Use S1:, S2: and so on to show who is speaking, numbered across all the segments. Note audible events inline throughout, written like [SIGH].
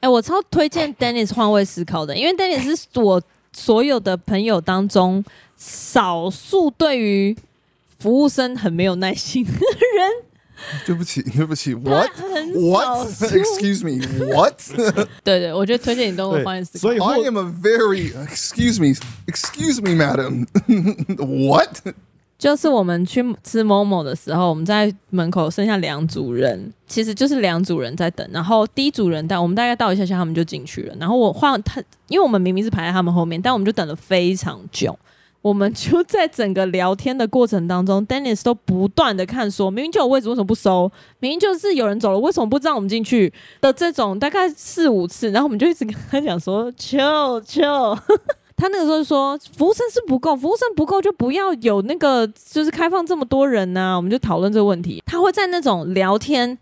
S1: 哎我超推荐 Dennis 换位思考的，因为 Dennis 是我所有的朋友当中少数对于服务生很没有耐心的人。 [LAUGHS]
S2: 对不起， [LAUGHS] 对不起
S1: 他
S2: ，what
S1: 很少
S2: what [LAUGHS]
S1: 数
S2: excuse me
S1: [LAUGHS]
S2: what
S1: 对对，我觉得推荐你都
S3: 对
S1: 换位思考。
S3: 所以
S2: I
S3: 或
S2: am a very excuse me excuse me madam [LAUGHS]
S1: [LAUGHS]
S2: what
S1: 就是我们去吃某某的时候，我们在门口剩下两组人，其实就是两组人在等。然后第一组人到，我们大概到一下下，他们就进去了。然后我换他，因为我们明明是排在他们后面，但我们就等了非常久。我们就在整个聊天的过程当中，Dennis 都不断的看说，明明就有位置，为什么不收？明明就是有人走了，为什么不让我们进去？的这种大概四五次，然后我们就一直跟他讲说，就就。他那个时候就说，服务生是不够，服务生不够就不要有那个，就是开放这么多人呐、我们就讨论这个问题。他会在那种聊天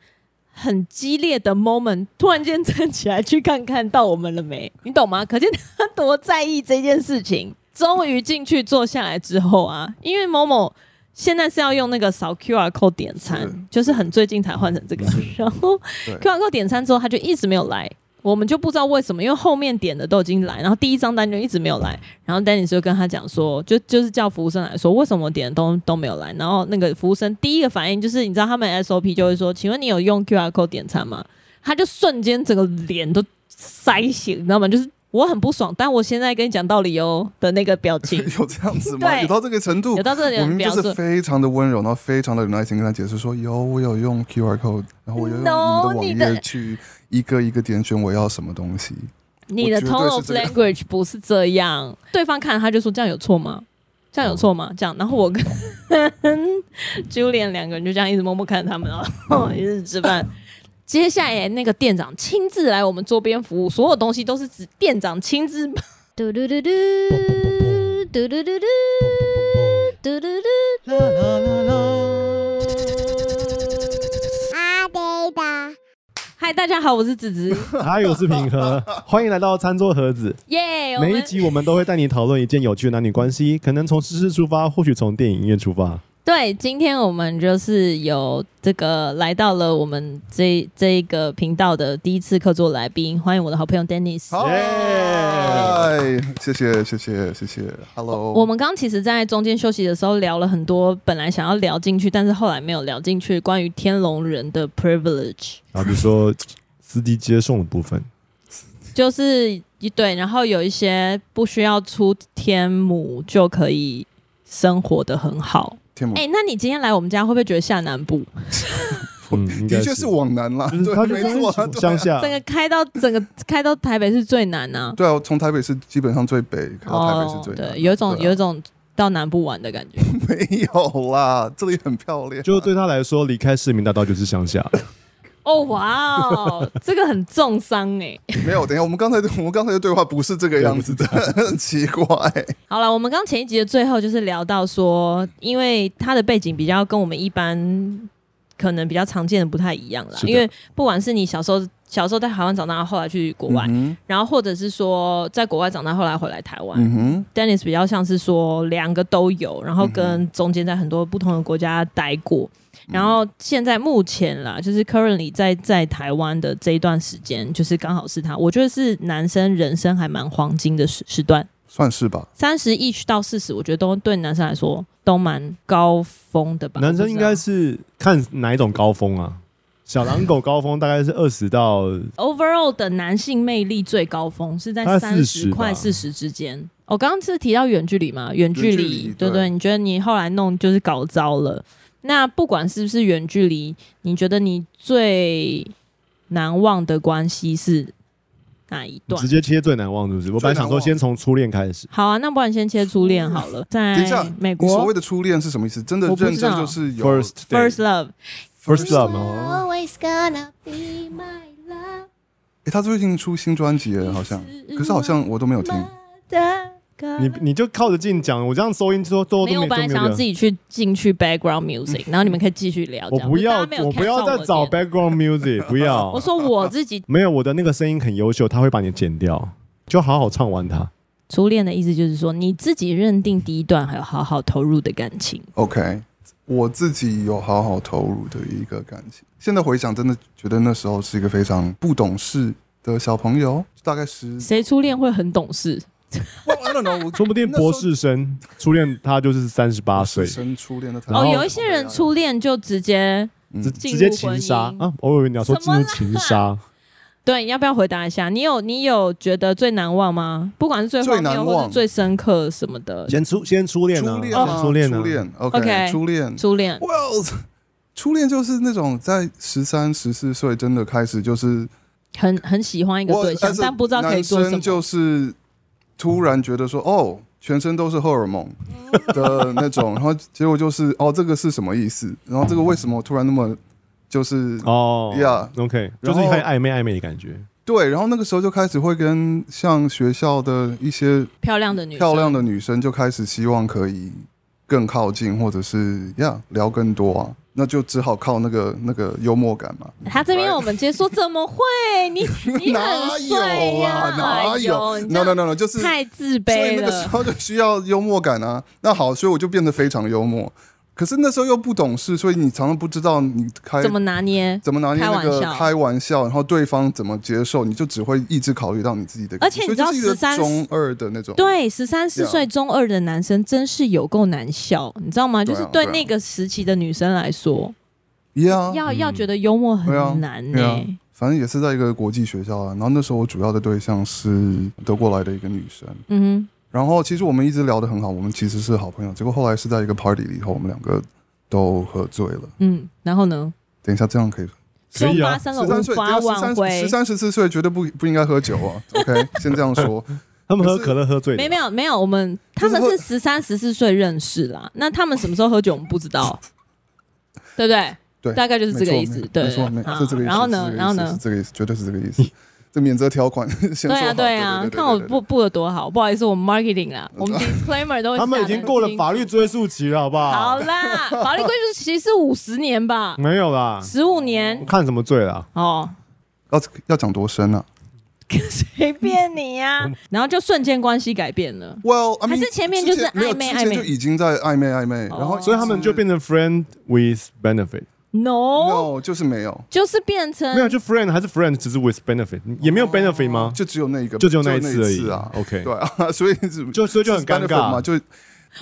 S1: 很激烈的 moment，突然间站起来去看看到我们了没，你懂吗？可见他多在意这件事情。终于进去坐下来之后啊，因为某某现在是要用那个扫 QR code 点餐
S2: 是，
S1: 就是很最近才换成这个， [LAUGHS] 然后
S2: 对
S1: QR code 点餐之后，他就一直没有来。我们就不知道为什么，因为后面点的都已经来，然后第一张单就一直没有来，然后 Dennis 就跟他讲说，就就是叫服务生来说，为什么我点的都都没有来？然后那个服务生第一个反应就是，你知道他们 SOP 就会说，请问你有用 QR code 点餐吗？他就瞬间整个脸都塞血，你知道吗？就是我很不爽，但我现在跟你讲道理哦的那个表情，
S2: 有这样子吗？
S1: 对
S2: 有到这个程度
S1: 有？到这里
S2: 我
S1: 的
S2: 们
S1: 表
S2: 就是
S1: 情。
S2: 非常的温柔，然后非常的有耐心跟他解释说，有我有用 QR code，然后我有用
S1: No，
S2: 你们的网
S1: 你的
S2: 页去一个一个点选我要什么东西。
S1: 你的
S2: 我绝对
S1: tone
S2: 是
S1: of
S2: 这样
S1: language 不是这样，对方看了他就说这样有错吗？这样有错吗？这样，然后我跟 [LAUGHS] Julian 两个人就这样一直默默看着他们，然后哦一直吃饭。接下来那个店长亲自来我们桌边服务，所有东西都是指店长亲自 [LAUGHS]
S4: 嘟嘟嘟嘟嘟嘟嘟嘟嘟嘟嘟。
S3: 啦啦啦啦，
S4: 阿呆哒，
S1: 嗨，大家好，我是子子，
S3: 还有是平
S2: [LAUGHS]
S3: 和，欢迎来到餐桌盒子。
S1: 哎耶、我
S3: 每
S1: 们
S3: 一集我们都会带你讨论一件有趣的男女关系，可能从诗事出发，或许从电影院出发。
S1: 对，今天我们就是有这个来到了我们这这一个频道的第一次客座来宾，欢迎我的好朋友 Dennis。
S2: 好，嗨谢谢谢谢谢谢，Hello，
S1: 我们刚其实，在中间休息的时候聊了很多本来想要聊进去，但是后来没有聊进去关于天龙人的 privilege，
S3: 然后比如说司机接送的部分，
S1: 就是一对，然后有一些不需要出天母就可以生活的很好。
S2: 天母
S1: 哎、那你今天来我们家会不会觉得下南部
S3: 嗯，应该
S2: 的确是往南啦，
S3: 就是他
S2: 对，
S3: 就
S2: 没
S3: 是
S2: 错啊，对
S3: 乡
S2: 啊
S3: 下
S1: 整，个开到整个开到台北是最难啊？
S2: [LAUGHS] 对啊，从台北市基本上最北，开到台北市最南
S1: 哦对，有一种、
S2: 对啊
S1: 有一种到南部玩的感觉。
S2: [LAUGHS] 没有啦，这里很漂亮，
S3: 就对他来说，离开市民大道就是
S1: [LAUGHS]
S3: 乡下。
S1: 哦哇哦，这个很重伤哎、
S2: [LAUGHS] 没有。等一下，我们刚才我们刚才的对话不是这个样子的，很 [LAUGHS] 奇怪。
S1: 好了，我们刚前一集的最后就是聊到说，因为他的背景比较跟我们一般可能比较常见的不太一样啦，
S3: 是的
S1: 因为不管是你小时候小时候在台湾长大，后来去国外，
S2: 嗯
S1: 然后或者是说在国外长大，后来回来台湾、
S2: 哼，嗯哼，
S1: Dennis 比较像是说两个都有，然后跟中间在很多不同的国家待过，然后现在目前啦，就是 currently 在在台湾的这一段时间，就是刚好是他，我觉得是男生人生还蛮黄金的时时段，
S2: 算是吧。
S1: 三十 each 到四十，我觉得都对男生来说都蛮高峰的吧。
S3: 男生应该是看哪一种高峰啊？小狼狗高峰大概是二十到
S1: 我不知道 overall 的男性魅力最高峰是在
S3: 大概
S1: 三
S3: 40
S1: 十
S3: 吧
S1: 快四十之间。我刚刚是提到远距离嘛，远距
S2: 远距
S1: 离
S2: 离，
S1: 对不对？
S2: 对
S1: 你觉得你后来弄就是搞糟了。那不管是不是远距离，你觉得你最难忘的关系是哪一段
S3: 直？接切最难忘，是不是？我本来想说先从初恋开始，
S1: 好啊，那不然先切初恋好了，在
S2: 等一下，
S1: 美
S2: 你所
S1: 国
S2: 谓的初恋是什么意思？真的
S1: 我不
S2: 认
S1: 知道
S2: 真就是有
S3: first
S1: first love，
S3: first love 哦吗？
S4: Always gonna be my love。
S2: 诶他最近出新专辑耶，好像，可是好像我都没有听。
S3: 你你就靠着近讲，我这样收音说都都
S1: 没有，我
S3: 没
S1: 本来想要自
S3: 己，
S1: 己去进去 background
S3: [LAUGHS]
S1: music，然后你们可以继续聊。
S3: 我
S1: 这样大
S3: 不要
S1: 家没有
S3: 我不
S1: catch
S3: 要
S1: on
S3: 再
S1: 我
S3: 找
S1: 的点 [LAUGHS]
S3: background music，不要
S1: 我。说我自己
S3: 没有，我的那个声音很优秀，他会把你剪掉，就好好唱完它。
S1: 初恋的意思就是说，你自己认定第一段还有好好投入的感情。
S2: OK，我自己有好好投入的一个感情。现在回想，真的觉得那时候是一个非常不懂事，的小朋友，大概
S3: 嗯
S2: 十。 [LAUGHS]
S1: 谁初恋会很懂事？
S2: Well, I don't know，我
S3: 说不定博士生初恋他就是三十八岁，直
S2: 生初恋的嗯谈
S1: 哦，
S3: 啊然后
S1: 有一些人初恋就直接进入
S3: 直接情杀
S1: 婚姻
S3: 啊！我以为你要说进入
S1: [LAUGHS]
S3: 情杀，
S1: 对，要不要回答一下？你有你有觉得最难忘吗？不管是最
S2: 最
S1: 荒
S2: 难
S1: 谬
S2: 忘
S1: 或是最深刻什么的，
S3: 先初先初恋
S2: 初
S3: 啊，
S2: 恋啊，
S3: 初恋啊
S2: 初恋，OK，
S1: 哦 OK
S2: 初恋。
S1: 初恋
S2: Well，初恋就是那种在十三、十四岁真的开始就是
S1: 很很喜欢一个
S2: 我
S1: 对象，
S2: as a
S1: 但不知道可以做什
S2: 男生
S1: 么。
S2: 就是突然觉得说，哦，全身都是荷尔蒙的那种，然后结果就是，哦，这个是什么意思？然后这个为什么突然那么就是、
S3: 哦
S2: Yeah
S3: ，OK，就
S2: 然
S3: 是
S2: 后
S3: 很暧昧暧昧的感觉。
S2: 对？然后那个时候就开始会跟像学校的一些
S1: 漂亮的女生，
S2: 漂亮的女生就开始希望可以更靠近，或者是呀、聊更多啊，那就只好靠那个那个幽默感嘛。
S1: 他这边我们直接说怎么会？
S2: [LAUGHS]
S1: 你你
S2: 哪
S1: 很
S2: 有
S1: 帅呀、
S2: 啊？哪有
S1: 哎呦你这
S2: ？No
S1: 样
S2: No No No，就是
S1: 太自
S2: 所以
S1: 卑
S2: 那个时
S1: 了。
S2: 候就需要幽默感啊。那好，所以我就变得非常幽默。可是那时候又不懂事，所以你常常不知道你开
S1: 怎么拿捏？
S2: 怎么拿捏那
S1: 开玩
S2: 个
S1: 笑
S2: 开玩笑，然后对方怎么接受，你就只会一直考虑到你自己的感觉，
S1: 而且你知道
S2: 所以就是一个
S1: 13
S2: 中二的那种，
S1: 对，十三四
S2: Yeah
S1: 岁中二的男生真是有够难笑，你知道吗？
S2: 对
S1: 就是
S2: 啊
S1: 对
S2: 对啊嗯
S1: 那个时期的女生来说，
S2: ，Yeah，
S1: 要要觉得幽默
S2: 对啊
S1: 很难欸呢、
S2: 对啊反正也是在一个国际学校啊。然后那时候我主要的对象是德国来的一个女生，
S1: 嗯
S2: 然后其实我们一直聊得很好，我们其实是好朋友。结果后来是在一个 party 里头，我们两个都喝醉了。
S1: 哼嗯，然后呢，
S2: 等一下这样可以
S3: 可以
S1: 就
S3: 啊
S1: 发生了
S2: 十三岁
S1: 无法挽
S2: 十
S1: 回。
S2: 三十四岁绝对不不应该喝酒啊。OK，
S1: [LAUGHS]
S2: 先这样说，
S3: 他们喝
S2: 可是
S3: 可乐喝醉了，
S1: 没没有没有，我们他们是十三十四岁认识啦，那他们什么时候喝酒我们不知
S2: [LAUGHS]
S1: 道，对不对？
S2: 对
S1: 大概就是这个意思
S2: 没错。
S1: 对，
S2: 没错，没
S1: 好
S2: 是这个意思。
S1: 然后
S2: 是这个意
S1: 呢
S2: 思，
S1: 然后呢
S2: 是？这个意思，绝对是这个意思。这免责条款，先说
S1: 对
S2: 好
S1: 啊，对啊，看我不，不有多好，不好意思，我们 marketing
S2: [LAUGHS]
S1: 啦，我们 disclaimer 都会
S3: 他们已
S1: 下得
S3: 经过了
S1: 清
S3: 法律追诉期了，好不好？
S1: 好
S2: [LAUGHS]
S1: 啦，法律规定其实是五十年吧，
S2: 嗯
S3: 没有啦，
S1: 十五年
S3: 看什么罪啦？
S1: 哦， [LAUGHS]
S2: 要要讲多深啊
S1: 随便你
S2: [LAUGHS]
S1: 呀、
S2: 嗯
S1: 然后就瞬间关系改变了，
S2: ？Well，I mean，
S1: 还是前面就是
S2: 之前没有
S1: 暧昧
S2: 之前
S1: 暧昧
S2: 就已经在暧昧暧昧，然后
S1: 哦
S3: 所以他们
S2: 嗯
S3: 就变成 friend with benefit，
S1: no，
S2: no，就是没有，
S1: 就是变
S3: 没
S1: 成
S3: 有就 friend 还是 friend，只是 with benefit，也没有 benefit 吗？
S2: 就只有那一个，
S3: 就只有那
S2: 那
S3: 一次而已
S2: 啊。
S3: OK
S2: 对啊， [LAUGHS] 所以
S3: 就所以就很尴尬
S2: 嘛，就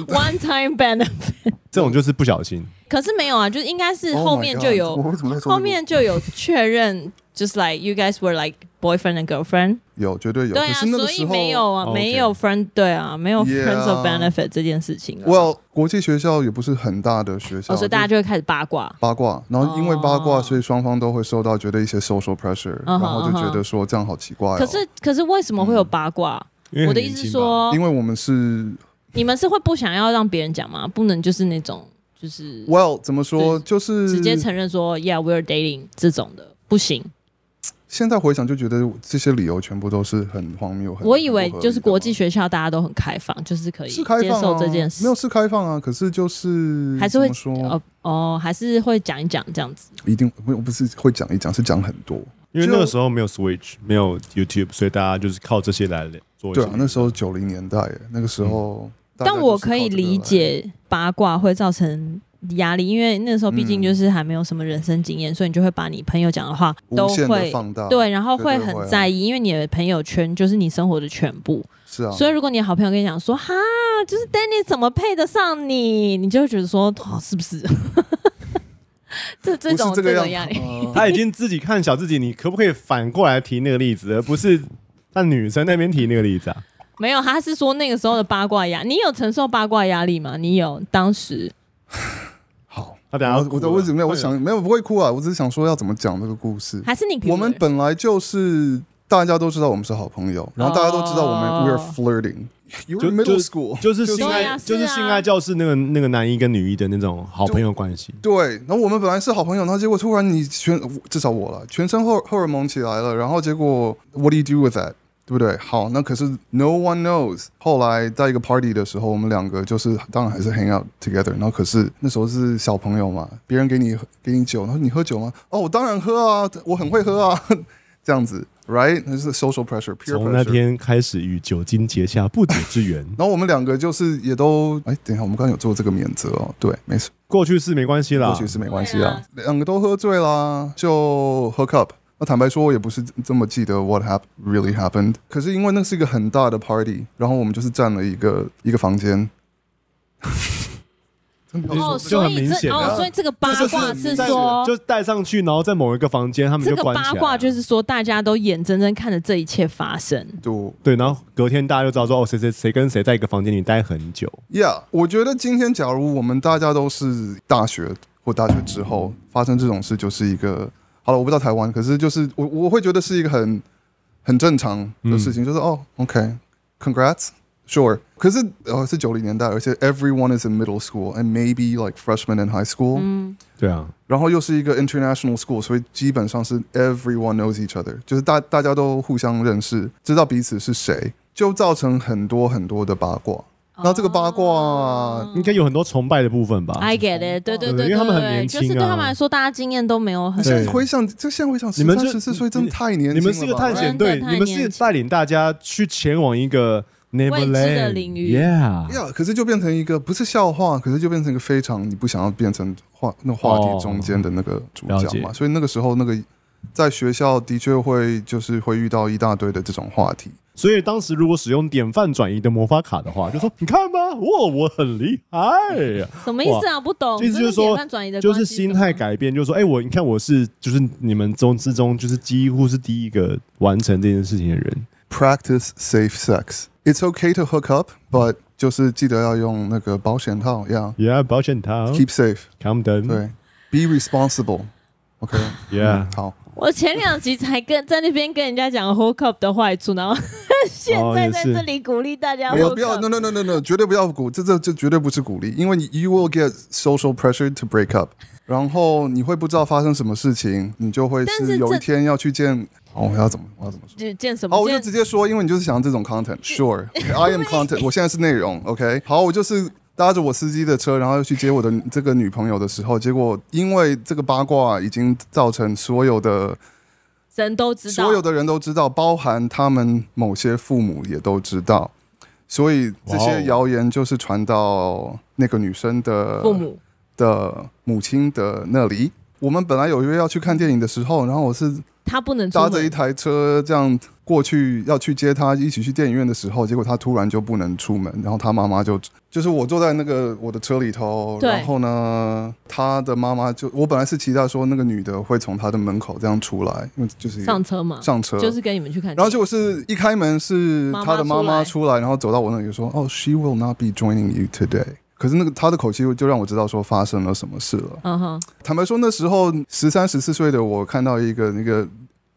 S1: one time benefit，
S3: 这种就是不小心，
S1: 可是没有啊，就是应该是
S2: Oh my
S1: 后面就有
S2: God，我为什么在说这个
S1: 后面就有确认，just like you guys were like boyfriend and girlfriend，
S2: 有绝对有，
S1: 对
S2: 可
S1: 啊，
S2: 是那个
S1: 所以
S2: 时候
S1: 没有啊，
S3: 哦 OK
S1: 没有 friend，对啊，没有
S2: Yeah
S1: friends of benefit 这件事情啊，
S2: ，Well，国际学校也不是很大的学校，
S1: 哦，所以大家就会开始八卦，
S2: 八卦，然后因为八卦，
S1: 哦
S2: 所以双方都会受到觉得一些 social pressure，、
S1: 嗯哼嗯
S2: 然后就觉得说这样好奇怪、哦。
S1: 可是哦可是为什么会有八卦？
S3: 嗯因为
S1: 我
S3: 很
S1: 的
S3: 年
S1: 意
S3: 轻吧
S1: 思是，说
S2: 因，为我们是
S1: 你们是会不想要让别人讲吗？不能就是那种就是
S2: well 怎么说，就是
S1: 直接承认说 yeah we're dating 这种的不行。
S2: 现在回想就觉得这些理由全部都是很荒谬。很
S1: 我以为
S2: 不合理的
S1: 就是国际
S2: 嘛
S1: 学校大家都很开放，就是可以
S2: 是开
S1: 接
S2: 放、啊、
S1: 受这件
S2: 没
S1: 事
S2: 有，是开放啊，可是就是
S1: 还是会
S2: 怎么说、
S1: 哦哦，还是会讲一讲这样子。
S2: 一定不我不是会讲一讲，是讲很多。
S3: 因为那个时候没有 Switch，没有 YouTube，所以大家就是靠这些来做。
S2: 对啊，那时候九零年代耶，那个
S3: 嗯
S2: 时候大家
S1: 但
S2: 就是靠这个来，
S1: 我可以理解八卦会造成。压力，因为那时候毕竟就是还没有什么人生经验，所以你就会把你朋友讲的话
S2: 嗯无
S1: 都
S2: 限的
S1: 会
S2: 放大，
S1: 对，然后会
S2: 绝对
S1: 很
S2: 会啊
S1: 在意，因为你的朋友圈就是你生活的全部。
S2: 是啊，
S1: 所以，如果你的好朋友跟你讲说，哈，就是 Danny 怎么配得上你，你就会觉得说，哦，是不是？ [LAUGHS] 这这
S2: 不是
S1: 种
S2: 这个
S1: 种压
S2: 样子
S1: 力， [LAUGHS]
S2: 嗯
S3: 他已经自己看小自己，你可不可以反过来提那个例子，而不是那女生那边提那个例子啊？
S1: 没有，他是说那个时候的八卦压，你有承受八卦压力吗？你有，当时
S3: [LAUGHS]
S2: 好。
S3: 他等下
S2: 我我的位置没有，我想没有不会哭啊，我只是想说要怎么讲这个故事。
S1: 还是你
S2: 我们本来就是大家都知道我们是好朋友，然后大家都知道我们、
S1: 哦
S2: we are flirting。You [LAUGHS]
S3: 就
S2: were middle
S3: 就
S2: school，
S3: 就是
S2: 就是
S3: 性
S1: 对啊
S3: 爱，就是
S1: 是啊
S3: 性爱教室那个那个男一跟女一的那种好朋友关系。
S2: 对，然后我们本来是好朋友，然后结果突然你全至少我了，全身荷荷尔蒙起来了，然后结果 What do you do with that？对不对？好，那可是 No one knows。后来在一个 party 的时候，我们两个就是当然还是 hang out together。然后可是那时候是小朋友嘛，别人给你给你酒，然后你喝酒吗？哦，我当然喝啊，我很会喝啊， [LAUGHS] 这样子，right？那就是 social pressure，peer
S3: 从那
S2: pressure。
S3: 天开始与酒精结下不解之缘。
S2: 然后我们两个就是也都，哎，等一下，我们刚刚有做这个免责哦，对，没事，
S3: 过去式没关系啦
S2: 啊过，去是没关系啊，两个都喝醉啦，就 hook up。那坦白说，我也不是这么记得 what hap really happened。可是因为那是一个很大的 party，然后我们就是占了一个一个房间。 [LAUGHS] 真的
S3: 就
S1: 哦，
S3: 是
S1: 所
S3: 就很
S1: 以
S3: 明
S1: 这
S3: 显
S1: 哦，
S3: 啊
S1: 所以这个八卦
S2: 就是是
S3: 带
S1: 说，
S3: 就带上去，然后在某一个房间，他们
S1: 这
S3: 就
S1: 个
S3: 关起
S1: 八
S3: 来了。
S1: 卦就是说，大家都眼睁睁看着这一切发生。
S2: 就
S3: 对，然后隔天大家就知道说，哦，谁谁谁跟谁在一个房间里待很久。
S2: Yeah，我觉得今天假如我们大家都是大学或大学之后发生这种事，就是一个好了，我不知道台湾，可是就是我我会觉得是一个很很正常的事情，就是哦，OK，congrats，sure、可是呃是九零年代，而且 everyone is in middle school and maybe like freshman in high school，、
S3: 对啊，
S2: 然后又是一个 international school，所以基本上是 everyone knows each other，就是大大家都互相认识，知道彼此是谁，就造成很多很多的八卦。那这个八卦
S1: 哦
S3: 应该有很多崇拜的部分吧？
S1: I get it，对对
S3: 啊对
S1: 对，
S3: 因为他们很
S1: 对对
S3: 年
S1: 就
S3: 轻啊
S1: 是对他们来说，大家经验都没有很
S2: 你现在
S3: 对
S2: 回想，就现在回想，
S3: 你们就
S2: 十四岁真的太年轻了吧哎
S3: 你们是一个探险队，
S1: 真的太
S3: 你们是
S1: 年轻
S3: 带领大家去前往一个
S1: 未
S3: Neverland
S1: 知的领域
S3: Yeah，
S2: 呀可是就变成一个不是笑话，可是就变成一个非常你不想要变成话那话
S3: 哦
S2: 题中间的那个主
S3: 了
S2: 角
S3: 解
S2: 嘛。所以那个时候，那个在学校的确会就是会遇到一大堆的这种话题。
S3: 所以当时如果使用典范转移的魔法卡的话，就说你看吧，哇，我很厉害，
S1: 什么意思啊？不懂，
S3: 意思就
S1: 这
S3: 是说
S1: 跟典范转移的
S3: 就
S1: 关系
S3: 是心态改变，就是说，哎、我你看我是就是你们中之中就是几乎是第一个完成这件事情的人。
S2: Practice safe sex. It's okay to hook up, but 就是记得要用那个保险套呀
S3: Yeah，保险套
S2: keep safe.
S3: Calm down，
S2: 对，be responsible. OK，
S3: Mm. ，Yeah，
S2: 好，
S1: 我前两集才跟在那边跟人家讲 hook up 的坏处，然
S3: 哦
S1: 后 [LAUGHS] 现在在这里鼓励大家 hook
S2: 没有
S1: up。
S2: 不要，no no no no no，绝对不要鼓，这这这绝对不是鼓励，因为你 you will get social pressure to break up，然后你会不知道发生什么事情，你就会
S1: 但是
S2: 是有
S1: 这
S2: 一天要去见，哦，我要怎么我要怎么说？
S1: 就见什么
S2: 哦好，我就
S1: 见
S2: 直接说，因为你就是想要这
S1: [LAUGHS]
S2: 种 content，sure，I am content，我现在是内容，OK，好，我就是。搭着我司机的车，然后去接我的这个女朋友的时候，结果因为这个八卦已经造成所有的
S1: 人都知道，
S2: 所有的人都知道，包含他们某些父母也都知道，所以这
S3: 哇哦
S2: 些谣言就是传到那个女生的
S1: 父母
S2: 的母亲的那里。我们本来有约要去看电影的时候，然后我是
S1: 他不能出
S2: 搭着一
S1: 门，
S2: 台车这样过去要去接她，一起去电影院的时候，结果她突然就不能出门，然后她妈妈就就是我坐在那个我的车里头，
S1: 对
S2: 然后呢，她的妈妈就我本来是期待说那个女的会从她的门口这样出来，因为就是一个
S1: 上车嘛，
S2: 上车
S1: 就是跟你们去看电影，
S2: 然后结果是一开门是他的妈妈出来，然后走到我那里就说：“哦、s h e will not be joining you today。”可是那个他的口气就让我知道说发生了什么事了。
S1: 嗯哼，
S2: 坦白说，那时候十三、十四岁的我看到一个那个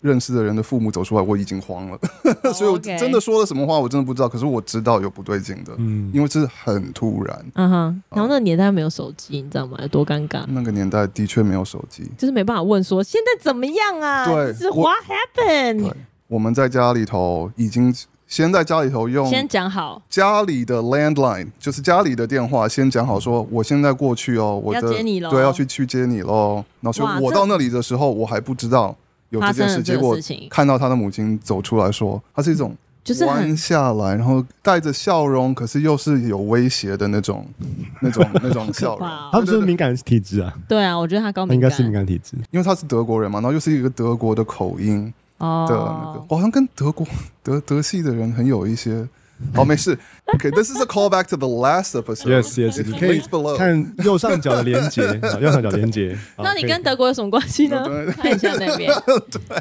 S2: 认识的人的父母走出来，我已经慌了， [LAUGHS] 所以
S1: 哦
S2: 我
S1: OK
S2: 真的说了什么话我真的不知道。可是我知道有不对劲的，
S3: 嗯，
S2: 因为这是很突然。
S1: 嗯哼，然后那个年代没有手机，你知道吗？有多尴尬，
S2: 那个年代的确没有手机，
S1: 就是没办法问说现在怎么样啊？
S2: 对
S1: 是
S2: 我
S1: what
S2: 对
S1: happened？，
S2: 我们在家里头已经先在家里头用
S1: 先讲好，
S2: 家里的 landline，就是家里的电话，先讲好说，我现在过去哦，我的
S1: 要接你咯
S2: 对，要去去接你喽。然后所
S1: 哇
S2: 以我
S1: 这
S2: 到那里的时候，我还不知道有这件
S1: 发生
S2: 事，
S1: 了这
S2: 结
S1: 个
S2: 果
S1: 事情
S2: 看到他的母亲走出来说，他是一种
S1: 就是很
S2: 弯下来，然后带着笑容，可是又是有威胁的那种、 [LAUGHS] 那种、那种笑容。
S1: 哇
S3: 他
S1: 哦
S3: 们是不是敏感体质啊，
S1: 对啊，我觉得他高
S3: 他
S1: 敏
S3: 应该
S1: 感，
S3: 是敏感体质。
S2: 因为他是德国人嘛，然后又是一个德国的口音
S1: 哦
S2: 的啊那个，我好像跟德国德德系的人很有一些。好，没
S1: [LAUGHS]
S2: 事。OK，this、is a callback to the last episode.
S3: Yes, yes,
S2: It's
S3: 你可以
S2: linked below.
S3: 看右上角的连
S2: [LAUGHS]
S3: 接，好右上角连接。
S1: [LAUGHS]
S3: 好
S1: 那你
S3: 可以
S1: 跟德国有什么关系呢
S2: 啊对？
S1: 看一下那
S2: [LAUGHS]
S1: 边，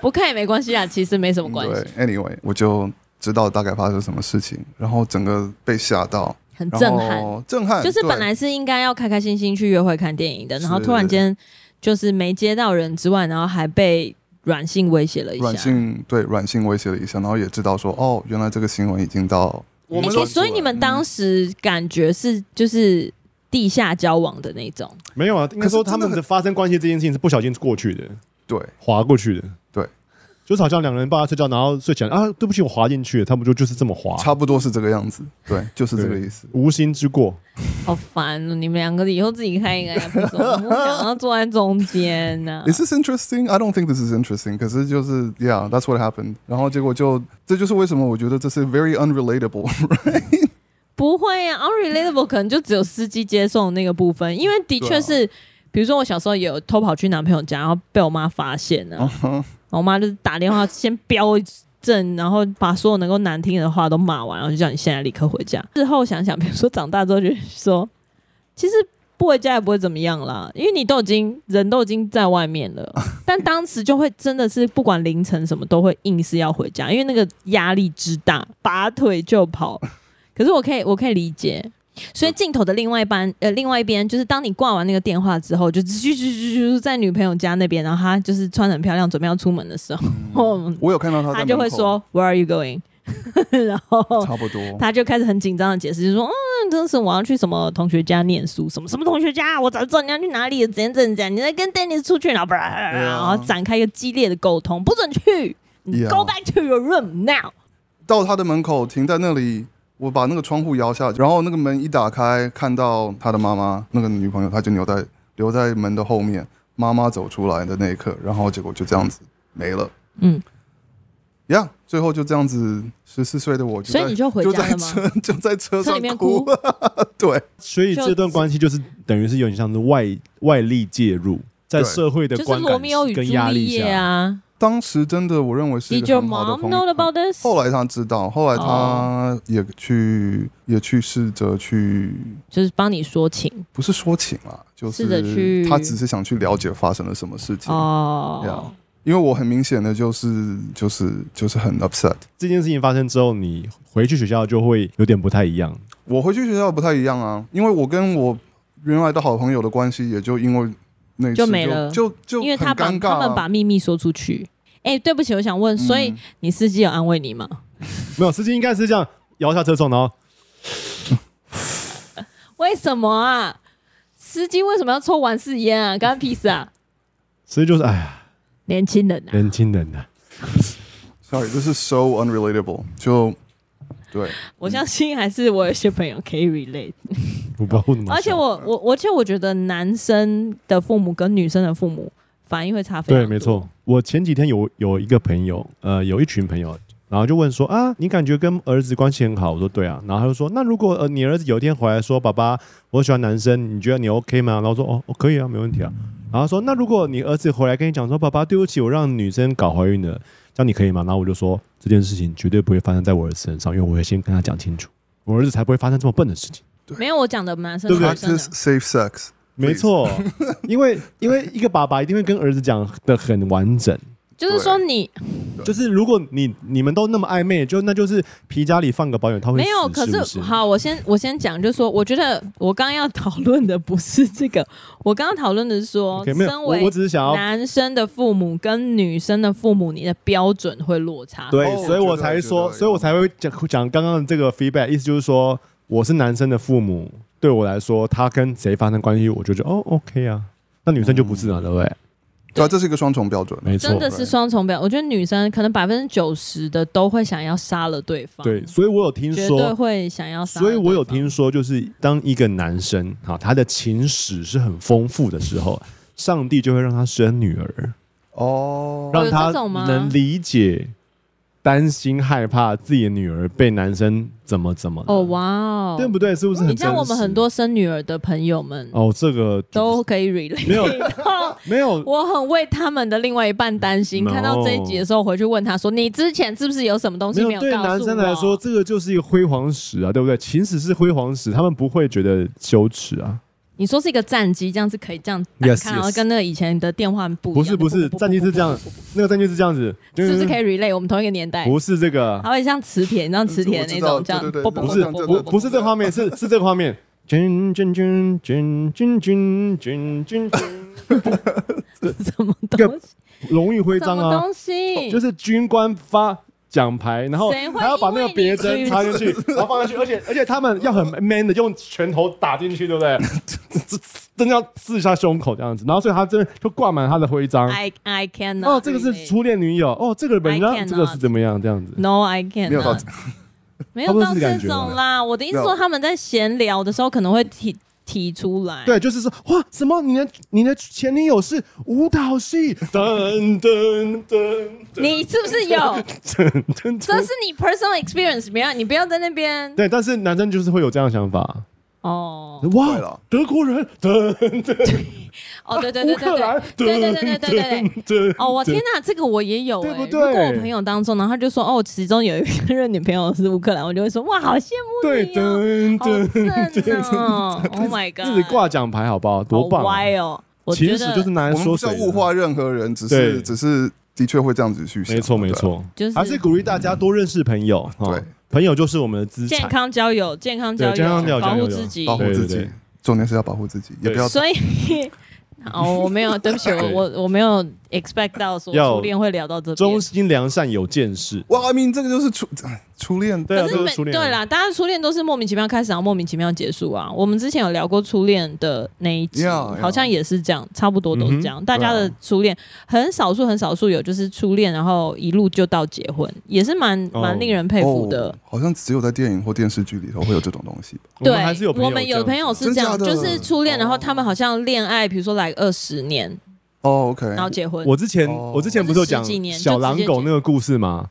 S1: 不看也没关系啊，其实没什么关系，
S2: 对，anyway，我就知道大概发生什么事情，然后整个被吓到，
S1: 很
S2: 然
S1: 震撼。
S2: 后震撼，
S1: 就是
S2: 对
S1: 本来是应该要开开心心去约会看电影的，然后
S2: 是
S1: 突然间就是没接到人之外，然后还被软性威胁了一
S2: 软
S1: 下。
S2: 性对软性威胁了一下，然后也知道说哦，原来这个新闻已经到我
S1: 诶
S2: 们
S1: 诶
S2: 都嗯
S1: 所以你们当时感觉是就是地下交往的那种，
S3: 没有啊？应该说他们的发生关系这件事情是不小心过去的，
S2: 嗯对
S3: 滑过去的。
S2: 对，
S3: 就是好像两个人抱他睡觉，然后睡起来啊，对不起，我滑进去了，他们就就是这么滑，
S2: 差不多是这个样子，
S1: [LAUGHS]
S2: 对，就是这个意思。
S3: 无心之过。
S1: 好烦哦！你们两个以后自己开一个 app，我不想要坐在中间啊呢、
S2: [LAUGHS] Is this interesting? I don't think this is interesting. 可是就是 Yeah, that's what happened. 然后结果就这就是为什么我觉得这是 very unrelatable [LAUGHS]
S1: 不会啊，unrelatable 可能就只有司机接送那个部分，因为
S2: 嗯
S1: 的确是，比如说我小时候也有偷跑去男朋友家，然后被我妈发现了、啊。后我妈就是打电话先飙一阵，然后把所有能够难听的话都骂完，然后就叫你现在立刻回家。事后想想，比如说长大之后，就是说，其实不回家也不会怎么样啦，因为你都已经人都已经在外面
S2: [LAUGHS]
S1: 了。但当时就会真的是不管凌晨什么都会硬是要回家，因为那个压力之大，拔腿就
S2: [LAUGHS]
S1: 跑。可是我可以，我可以理解，所以镜头的另外一班，呃，另外一边就是当你挂完那个电话之后，就咻咻咻咻在女朋友家那边，然后她就是穿得很漂亮，准备要出门的时候， [LAUGHS]
S2: 我有看到他嗯在
S1: 她就会
S2: 门口
S1: 说哦 Where are you going？然后
S2: 差不多。
S1: 她就开始很紧张的解释，就说嗯，当时我要去什么同学家念书，什么什么同学家，我早就知道你要去哪里了，怎样怎样怎样，你在跟 Dennis 出去，然后叭叭叭叭
S2: 对啊啊
S1: 然后展开一个激烈的沟通，不准去。你
S2: Yeah
S1: Go back to your room now。
S2: 到他的门口停在那里，我把那个窗户摇下，然后那个门一打开，看到他的妈妈，那个女朋友，她就留在留在门的后面。妈妈走出来的那一刻，然后结果就这样子没了。
S1: 嗯，
S2: 呀、最后就这样子，十四岁的我就在
S1: 所以你就回
S2: 啊就
S1: 家
S2: 在
S1: 了吗
S2: 车就在车
S1: 车
S2: 上
S1: 里面
S2: 哭
S1: 哭。
S2: [LAUGHS] 对，
S3: 所以
S1: 就
S3: 这段关系就是等于是有点像是外外力介入，在
S2: 对
S3: 社会的
S1: 就是
S3: 观
S1: 罗
S3: 感
S1: 密欧与朱
S3: 跟压
S1: 丽
S3: 力
S1: 叶
S3: 下，
S1: 啊
S2: 当时真的我认为是一
S1: ，Did
S2: 个
S1: your
S2: 很好的
S1: mom
S2: 朋
S1: know
S2: 友。
S1: about this？
S2: 后来他知道，后来他
S1: 哦
S2: 也去、也去试着去
S1: 就是帮你说情
S2: 不是说情啦，就
S1: 试着
S2: 是
S1: 去
S2: 他只是想去了解发生了什么事情。
S1: 哦
S2: Yeah，。因为我很明显的就是就是就是很 upset。
S3: 这件事情发生之后，你回去学校就会有点不太一样。
S2: 我回去学校不太一样啊，因为我跟我原来的好朋友的关系也就因为那次
S1: 就没了
S2: 就就
S1: 因为他
S2: 很
S1: 把
S2: 尴尬、
S1: 他
S2: 啊。
S1: 们把秘密说出去。哎、对不起，我想问，所以
S2: 嗯
S1: 你司机有安慰你吗？
S3: 没有，司机应该是这样摇下车窗，然后
S1: 为什么啊？司机为什么要抽完事烟啊？干屁事啊？
S3: 司机就是哎呀，
S1: [LAUGHS] 年轻人啊，
S3: 年轻人呐、
S2: sorry，这是 so unrelatable。就对，
S1: 我相信还是我有一些朋友可以 relate。
S3: 我不知道为什么想。
S1: 而且我我我而且我觉得男生的父母跟女生的父母反应会差非常
S3: 对，
S1: 多
S3: 没错。，我前几天有有一个朋友，呃，有一群朋友，然后就问说啊，你感觉跟儿子关系很好？我说对啊。然后他就说，那如果呃你儿子有一天回来说，爸爸，我喜欢男生，你觉得你 OK 吗？然后我说哦，哦可以啊，没问题啊。然后他说，那如果你儿子回来跟你讲说，爸爸，对不起，我让女生搞怀孕了，这样你可以吗？然后我就说，这件事情绝对不会发生在我儿子身上，因为我会先跟他讲清楚，我儿子才不会发生这么笨的事情。
S1: 没有我讲的男生
S3: 对不对
S1: 女生啊
S2: practice
S1: 的。
S2: safe sex。
S3: 没错，因为因为一个爸爸一定会跟儿子讲的很完整，
S1: 就是说你
S3: 就是如果你你们都那么暧昧，就那就是皮夹里放个保险套会
S1: 没有，
S3: 死
S1: 可
S3: 是
S1: 是
S3: 不是
S1: 好，啊我先我先讲，就是说，我觉得我刚刚要讨论的不是这个，我刚刚讨论的是说
S3: OK，没有，
S1: 身
S3: 我我
S1: 为
S3: 只是想要
S1: 男生的父母跟女生的父母，你的标准会落差。
S3: 对
S2: 哦，
S3: 所以
S2: 我觉得我
S3: 我才
S2: 觉得有
S3: 说，所以我才会讲讲刚刚的这个 feedback，意思就是说，我是男生的父母，对我来说，他跟谁发生关系，我就觉得哦 OK 啊，那女生就不是了，对不对？
S2: 对啊，这是一个双重标准。
S3: 没
S1: 嗯
S3: 错
S1: 真，的是双重标准。我觉得女生可能百分之九十的都会想要杀了对方，
S3: 对，所以我有听
S1: 绝对
S3: 说。
S1: 会想要杀了
S3: 所
S1: 对方。
S3: 以我有听说，就是当一个男生啊，他的情史是很丰富的时候，上帝就会让他生女儿。
S2: 哦，
S3: 让他
S1: 有这种吗
S3: 能理解、担心、害怕自己的女儿被男生怎么怎么了
S1: 哦，哇哦，
S3: 对不对？是不是很
S1: 你
S3: 真实？
S1: 像我们很多生女儿的朋友们
S3: 哦，这个
S1: 都可以 relate，
S3: 没有
S1: 然后
S3: 没有
S1: 我很为他们的另外一半担心。
S3: No
S1: 看到这一集的时候，回去问他说：“你之前是不是有什么东西
S3: 没
S1: 有
S3: 对
S1: 告诉我？”
S3: 男生来说，这个就是一个辉煌史啊，对不对？秦始是辉煌史，他们不会觉得羞耻啊。
S1: 你说是一个战机，这样是可以这样打
S3: Yes,
S1: 开然后
S3: yes.
S1: 跟那个以前的电话不一样。
S3: 不是不是，战绩是这样，那个战绩是这样子，
S1: 是不是可
S3: 以？
S1: 以 relate？我们同一个年代，
S3: 不是这个，
S1: 还会像磁铁，你知道磁铁的那种，
S2: 我知
S1: 这
S2: 道
S1: 样
S2: 对对对
S1: 啵啵
S3: 不
S1: 啵
S3: 是
S1: 啵啵
S3: 不
S1: 啵
S3: 不是这个画面，是是这个画面。 [LAUGHS] 军军军军军军军军，
S1: 什么东西？
S3: 荣誉徽
S1: 什
S3: 章
S1: 么
S3: 啊！
S1: 东西？
S3: 就是军官发奖牌，然后
S1: 谁会
S3: 还要把那个别针插进去，然后放进去，而且而且他们要很 man 的用拳头打进去，对不对？ [LAUGHS] 真的要刺一下胸口这样子，然后所以他真的就挂满他的徽章。
S1: I I cannot
S3: 哦，这个是
S1: relate
S3: 初恋女友，哦，这个人
S1: I
S3: 家
S1: cannot
S3: 这个是怎么样这样子？
S1: No I cannot
S2: 没
S1: 没
S2: 有到
S3: 差不
S1: 有
S3: 多
S1: 到
S3: 是这
S1: 这
S3: 感觉吧
S1: 种啦。我的意思说，他们在闲聊的时候可能会提提出来。
S3: 对，就是说，哇，什么？你的你的前女友是舞蹈系？噔噔噔
S1: 你是不是有？
S3: 噔噔
S1: 这
S3: 噔。
S1: 是你 personal experience，不要你不要在那边。
S3: 对，但是男生就是会有这样的想法，
S1: 哦
S2: 对
S3: 哇
S2: 了，
S3: 德国人，噔
S1: 哦，对对
S3: 乌
S1: 对对
S3: 克兰，
S1: 对对对对对对对对。
S3: 对对，
S1: 哦，我天哪，这个我也有、欸，
S3: 对不
S1: 如果我
S3: 对
S1: 朋友当中，然后他就说，哦，其中有一任女朋友是乌克兰，我就会说，哇，好羡慕
S3: 对
S1: 你哦，
S3: 噔噔，
S1: 好正哦，Oh my
S3: 自己
S1: god，
S3: 挂奖牌好不好？多
S1: 好
S3: 棒啊！
S1: 歪哦，我
S3: 其
S1: 觉
S3: 实
S1: 得
S3: 就是拿来
S2: 我们
S3: 说
S2: 不是
S3: 谁
S2: 要
S3: 的
S2: 物化任何人，只
S3: 对
S2: 是只是的确会这样子去想。
S3: 没错没
S2: 对啊，
S3: 错，
S1: 就是
S3: 还是鼓励大家多认识朋友。哦
S2: 对，
S3: 朋友就是我们的资
S1: 健
S3: 产。
S1: 康交友，健康
S3: 对
S1: 交友，
S3: 健康交友
S1: 保护
S3: 交友
S1: 自己，
S2: 保护自
S3: 对对
S2: 己
S3: 对，
S2: 重点是要保护自己，也不要
S1: 所以。 [LAUGHS] 哦，我没
S3: [LAUGHS]
S1: 有，对不起，我
S3: 对
S1: 我我没有 expect 到说
S3: 要
S1: 初恋会聊到这边
S3: 忠。心良善有见识。
S2: 哇，阿明这个就是初初恋，
S3: 对啊，
S1: 可是
S3: 都
S1: 每
S3: 是初恋。
S1: 对，啦，大家初恋都是莫名其妙开始，然后莫名其妙结束啊。我们之前有聊过初恋的那一集
S2: Yeah, yeah
S1: 好像也是这样，差不多都是这样。大家
S2: 对
S1: 的
S2: 啊
S1: 初恋很少数，很少数有就是初恋，然后一路就到结婚，也是蛮
S3: 哦
S1: 蛮令人佩服的。
S2: 哦，好像只有在电影或电视剧里头会有这种东西。
S3: 我
S1: 对，
S3: 们还是有朋友
S1: 我们有朋友
S3: 这样
S1: 是
S3: 子
S1: 这样，
S2: 真假
S1: 就
S2: 的
S1: 是初恋，然后
S2: 哦
S1: 他们好像恋爱，比如说来二十年，
S2: 哦，OK，
S1: 然后结婚。
S3: 我之前
S2: 哦
S3: 我之前不是有讲
S1: 或是十几年
S3: 小狼
S1: 就直接
S3: 狗
S1: 结
S3: 那个故事吗？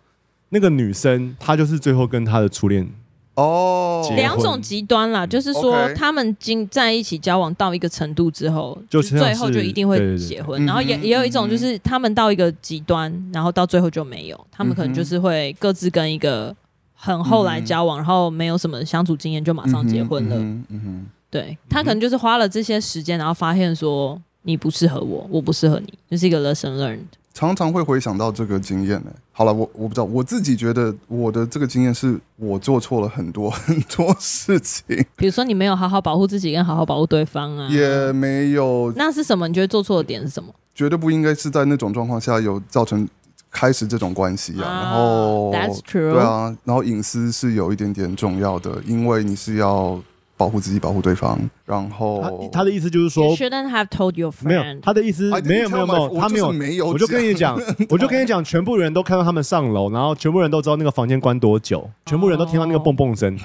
S3: 那个女生她就是最后跟她的初恋，
S2: 哦，
S3: 结婚
S1: 两种极端啦，就是说
S2: OK
S1: 他们经在一起交往到一个程度之后，
S3: 就
S1: 就是
S3: 像
S1: 最后
S3: 是
S1: 就一定
S3: 对对
S1: 会
S3: 对
S1: 结
S2: 嗯
S1: 婚，
S2: 哼
S1: 然后也
S2: 嗯哼
S1: 也有一种就是他们到一个极端，然后到最后就没有，他们可
S2: 嗯
S1: 能
S2: 哼
S1: 就是会各自跟一个很后来
S2: 嗯
S1: 交往，然后没有什么相处经验就马上结婚了。
S2: 嗯哼嗯哼
S1: 对他可能就是花了这些时间，然后发现说你不适合我，我不适合你，就是一个 lesson learned。
S2: 常常会回想到这个经验呢、欸好了，我我不知道，我自己觉得我的这个经验是我做错了很多 [LAUGHS] 很多事情，
S1: 比如说你没有好好保护自己，跟好好保护对方啊。
S2: 也没有
S1: 那是什么？你觉得做错的点是什么？
S2: 绝对不应该是在那种状况下有造成开始这种关系啊。然后
S1: That's true。
S2: 对啊，然后隐私是有一点点重要的，因为你是要保护自己、保护对方。然
S3: 她
S2: 后啊
S3: 她的意思就是说
S1: You shouldn't have told your
S3: 没
S1: friend
S3: 有，。她的意思
S2: I didn't
S3: 没有没
S2: tell
S3: 有没
S2: my-
S3: 有，她没
S2: 我
S3: 有
S2: 就是。没有，
S3: 我就跟
S2: [LAUGHS]
S3: 你，讲，我就跟你讲，全部人都看到他们上楼，然后全部人都知道那个房间关多久，全部人都听到那个
S1: 哦
S3: 蹦蹦声。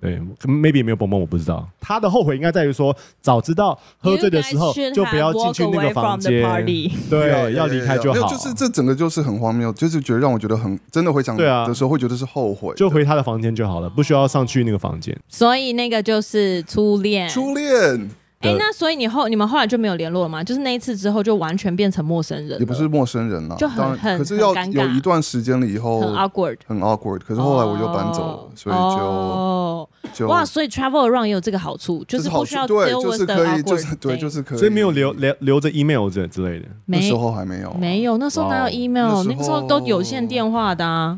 S3: 对，maybe 没有蹦蹦，我不知道。他的后悔应该在于说，早知道喝醉的时候
S1: You guys should
S3: 就不要进去那
S1: have
S3: 个
S1: walked away
S3: 房
S1: from the
S3: 间，
S1: party
S2: 啊
S3: 对，要离开就
S2: 没有
S3: 好。
S2: 就是这整个就是很荒谬，就是觉得让我觉得很真的回想
S3: 对啊
S2: 的时候会觉得是后悔的，
S3: 就回他的房间就好了，不需要上去那个房间。
S1: 所以那个就是初恋。
S2: 初恋
S1: 哎、
S3: 对
S1: 那所以你后你们后来就没有联络了吗？就是那一次之后就完全变成陌生人了，
S2: 也不是陌生人了，
S1: 就很
S2: 当然
S1: 很
S2: 可是要
S1: 很尴尬
S2: 有一段时间了以后
S1: 很 awkward。
S2: 很 awkward，可是哦后来我又搬走了
S1: 哦，
S2: 所以就
S1: 哦
S2: 就
S1: 哇，所以 travel around 也有这个好处，就
S2: 就是好
S1: 不需要
S2: 对，
S1: deal
S2: 就
S1: with
S2: 是
S1: the
S2: 可
S1: awkward
S2: 以，就是对，
S1: thing
S2: 就是可以，
S3: 所以没有留留留着 email 这之类的。
S2: 那
S1: 没
S2: 时候还没有，
S1: 没有，那时候哪有
S3: 哇
S1: email？
S2: 那时候
S1: 那时候都有线电话的啊，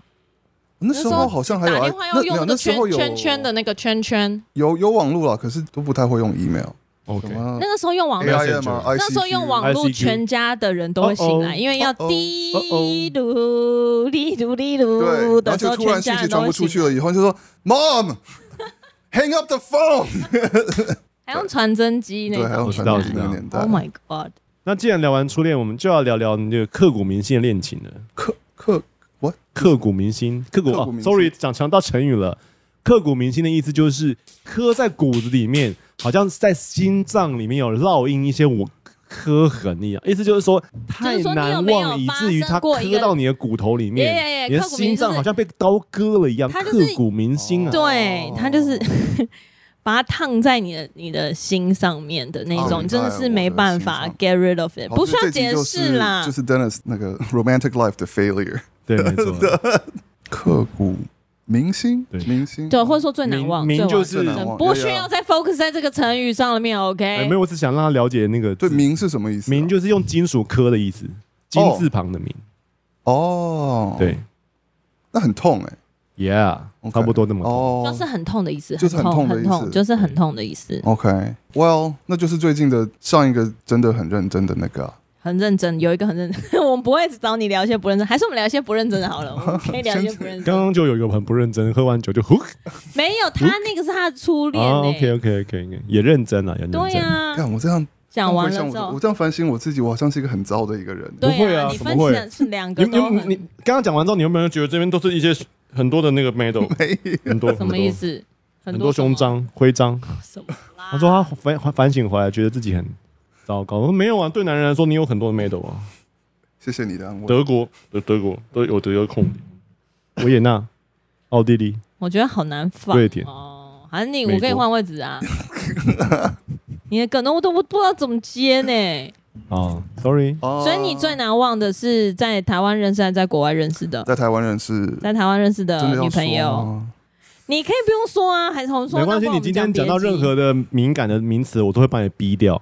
S2: 那时候好像还有
S1: 打
S2: 啊
S1: 电话
S2: 那
S1: 要用
S2: 那
S1: 那
S2: 那
S1: 个
S2: 时
S1: 圈
S2: 候有
S1: 圈圈的那个圈圈，
S2: 有有网络了，可是都不太会用 email，
S3: OK，
S2: 什么
S1: 那个时候用网
S2: A
S1: 络
S2: I M
S3: Messenger
S2: 啊，
S1: 那时候用网
S3: ICQ
S1: 络，全家的人都会醒
S3: 哦哦
S1: 来，因为要
S2: 哦哦
S1: 滴嘟滴嘟滴嘟
S2: 对，然后
S1: 的时
S2: 就
S1: 候，
S2: 突然
S1: 全家
S2: 信息
S1: 人都
S2: 传
S1: 会
S2: 不出去
S1: 醒来。
S2: 了以后，就说 Mom，hang up the
S1: [LAUGHS]
S2: phone，
S1: 还用传真机那
S2: 对，还
S1: 种。
S2: 有
S3: 我知
S2: 传
S3: 道
S2: 真机
S3: 我知
S2: 那
S3: 道
S2: 个年代
S1: Oh，my god！
S3: 那既然聊完初恋，我们就要聊聊那个刻骨铭心的恋情了。
S2: 刻刻
S3: 刻骨铭心，刻骨
S2: 刻骨
S3: 哦
S2: 铭心
S3: ，sorry，讲强到成语了。刻骨铭心的意思就是刻在骨子里面，好像在心脏里面有烙印一些我刻痕一样。意思就是说太
S1: 是说你有
S3: 难
S1: 没有
S3: 忘，以
S1: 发
S3: 至于
S1: 生
S3: 它
S1: 过一
S3: 刻
S1: 个
S3: 到你的骨头里面
S1: Yeah, yeah, yeah，
S3: 你的
S1: 刻骨铭
S3: 心
S1: 心
S3: 脏
S1: 就是
S3: 好像被刀割了一样，
S1: 它就
S3: 刻
S1: 是
S3: 骨铭心啊。
S1: 对
S2: 哦
S1: 他就是 [LAUGHS] 把它烫在你的你的心上面的那
S2: 哦
S1: 种，你真的是没办法
S2: 我的哦
S1: get rid of it，
S2: 好
S1: 不需
S2: 这
S1: 要
S2: 集
S1: 解
S2: 就
S1: 释
S2: 是
S1: 啦
S2: 就。是 Dennis 那个 romantic life 的 failure，
S3: 对，没错。
S2: 刻骨铭心，
S3: 对
S2: 铭心，
S1: 对，或者说最难
S3: 铭
S1: 忘，
S3: 铭
S1: 最
S3: 就
S2: 最
S3: 是
S2: 难忘
S1: 完整
S2: 对啊
S1: 不需要再 focus 在这个成语上面
S3: 哎，
S1: ，OK？
S3: 没有，我只想让他了解那个
S2: 对，
S3: 字
S2: 铭是什么意思啊？
S3: 铭就是用金属刻的意思，金字旁的铭。
S2: 哦，，
S3: 对
S2: 那很痛哎，
S3: ，Yeah，差不多那么多。
S2: 哦，
S1: 就是很痛的意思，
S2: 就是很
S1: 很
S2: 痛的
S1: 很
S2: 意思
S1: 痛，就是很痛的意思。
S2: OK，Well，、那就是最近的上一个真的很认真的那个啊、
S1: 很认真，有一个很认真， [LAUGHS] 我们不会找你聊一些不认真，还是我们聊一些不认真的好
S2: [LAUGHS]
S1: 了，我们可以聊一些不认
S3: 刚
S1: 真。
S3: 刚就有一个很不认真，喝完酒就呼。
S1: 没有，他那个是他的初恋、欸
S3: 啊，OK OK OK，也认真啊了，也认真。
S1: 对呀、
S2: 看我这样
S1: 嗯讲完了
S2: 回想
S1: 之
S2: 我我
S1: 后，
S2: 这样反省我自己，我好像是一个很糟的一个人。欸
S1: 对
S3: 不会啊
S1: 你
S3: 怎么
S1: 分
S3: 会
S1: 享是两
S3: 你
S1: 个
S3: 你
S1: 都
S3: 你
S1: 很
S3: 刚刚讲完之后，你有没有觉得这边都是一些很多的那
S2: [LAUGHS]
S3: 个 medal，很多
S1: [LAUGHS] 什么意？思？
S3: 很多很
S1: 多
S3: 多
S1: 什么啊
S3: 胸章、徽章。
S1: 什么啦？
S3: 他说他反反反省回来，觉得自己很糟糕。我说没有啊，对男人来说，你有很多的 medal 啊，
S2: 谢谢你的安慰。
S3: 德国、德德国都有德国空维也纳、奥地利。
S1: 我觉得好难放
S3: 对点
S1: 哦，还是你
S3: 美国
S2: [LAUGHS]
S1: 我可以换位置啊，你的梗呢，我都不不知道怎么接呢。
S3: 哦，sorry，
S2: 所
S1: 所以你最难忘的是在台湾认识还是在国外认识的？
S2: 在台湾人是
S1: 在台湾认识的
S2: 真的要
S1: 女
S2: 说
S1: 朋友，
S2: 吗
S1: 你可以不用说啊，还是红说
S3: 没关系，
S1: 那不然我
S3: 你
S1: 们
S3: 今天
S1: 别
S3: 讲到任
S1: 集
S3: 何的敏感的名词，我都会把你逼掉。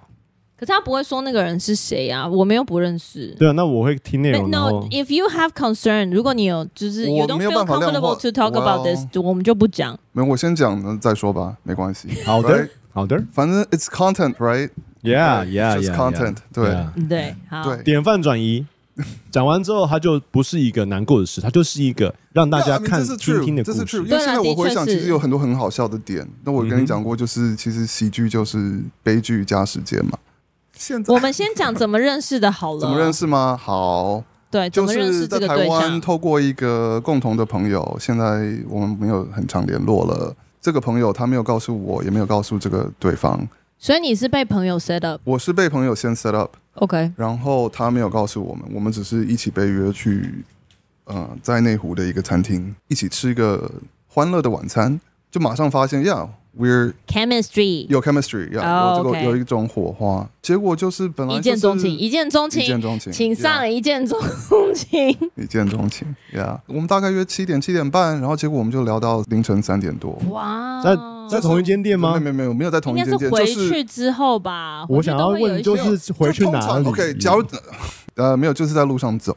S1: 可是他不会说那个人是谁啊，我们又不认识。
S3: 对啊，那我会听内
S1: But
S3: 容，然
S1: no,
S3: 后
S1: if you have concern，如果你有就是
S2: 我
S1: you don't
S2: 没有
S1: feel
S2: 办法量化
S1: comfortable to talk about this，
S2: well-
S1: 就我们就不讲。
S2: 没有，我先讲了再说吧，没关系。
S3: 好
S2: Right？
S3: 的，好的
S2: 反正 it's content, right?
S3: ，Yeah
S2: It's
S3: Yeah
S2: just
S3: Yeah
S2: content，对
S1: 对，好，
S2: 对
S3: 典范转移。讲完之后，它就不是一个难过的事，它就是一个让大家
S2: No，I mean，
S3: 看、
S2: 这是 true，
S3: 听听的
S2: 这
S3: 故
S2: 是 true。
S3: 事嗯
S2: 因。为现在
S1: 对
S2: 我
S1: 啦
S2: 回想，
S1: 的确是
S2: 其实有很多很好笑的点。那我跟你讲过，就是其实喜剧就是悲剧加时间嘛。现在
S1: 我们先讲怎么认识的好了。
S2: 怎么认？识吗？好，
S1: 对，怎
S2: 就
S1: 么认识
S2: 是
S1: 这
S2: 在
S1: 个
S2: 台
S1: 对
S2: 湾
S1: 象？
S2: 透过一个共同的朋友，现在我们没有很常联络了。这个朋友他没有告诉我，也没有告诉这个对方，
S1: 所以你是被朋友 set up。
S2: 我是被朋友先 set up，
S1: OK，
S2: 然后他没有告诉我们，我们只是一起被约去，呃，在内湖的一个餐厅一起吃一个欢乐的晚餐，就马上发现呀、w e r e
S1: chemistry
S2: 有 chemistry，呀、
S1: 哦
S2: 有这个、
S1: ，OK
S2: 有一种火花，结果就是本来、
S1: 一
S2: 就是、
S1: 见钟情，一见钟
S2: 啊一见
S1: 情，
S2: 钟情，
S1: 请
S2: yeah
S1: 上一见钟情。
S2: 一见钟情呀我们大概约七点七点半，然后结果我们就聊到凌晨三点多。
S1: 哇，
S3: 在同一间店吗？
S2: 没有没有没有没有在同
S1: 应该
S2: 一
S1: 是
S2: 间店，
S1: 回
S2: 就是
S1: 去之后吧。
S3: 我想要
S1: 回去都会有
S3: 问，
S1: 一
S3: 就
S1: 些
S3: 是回去
S2: 就
S3: 啊
S2: 通
S3: 哪
S2: 常
S3: 里
S2: OK，假如呃没有，就是在路上走，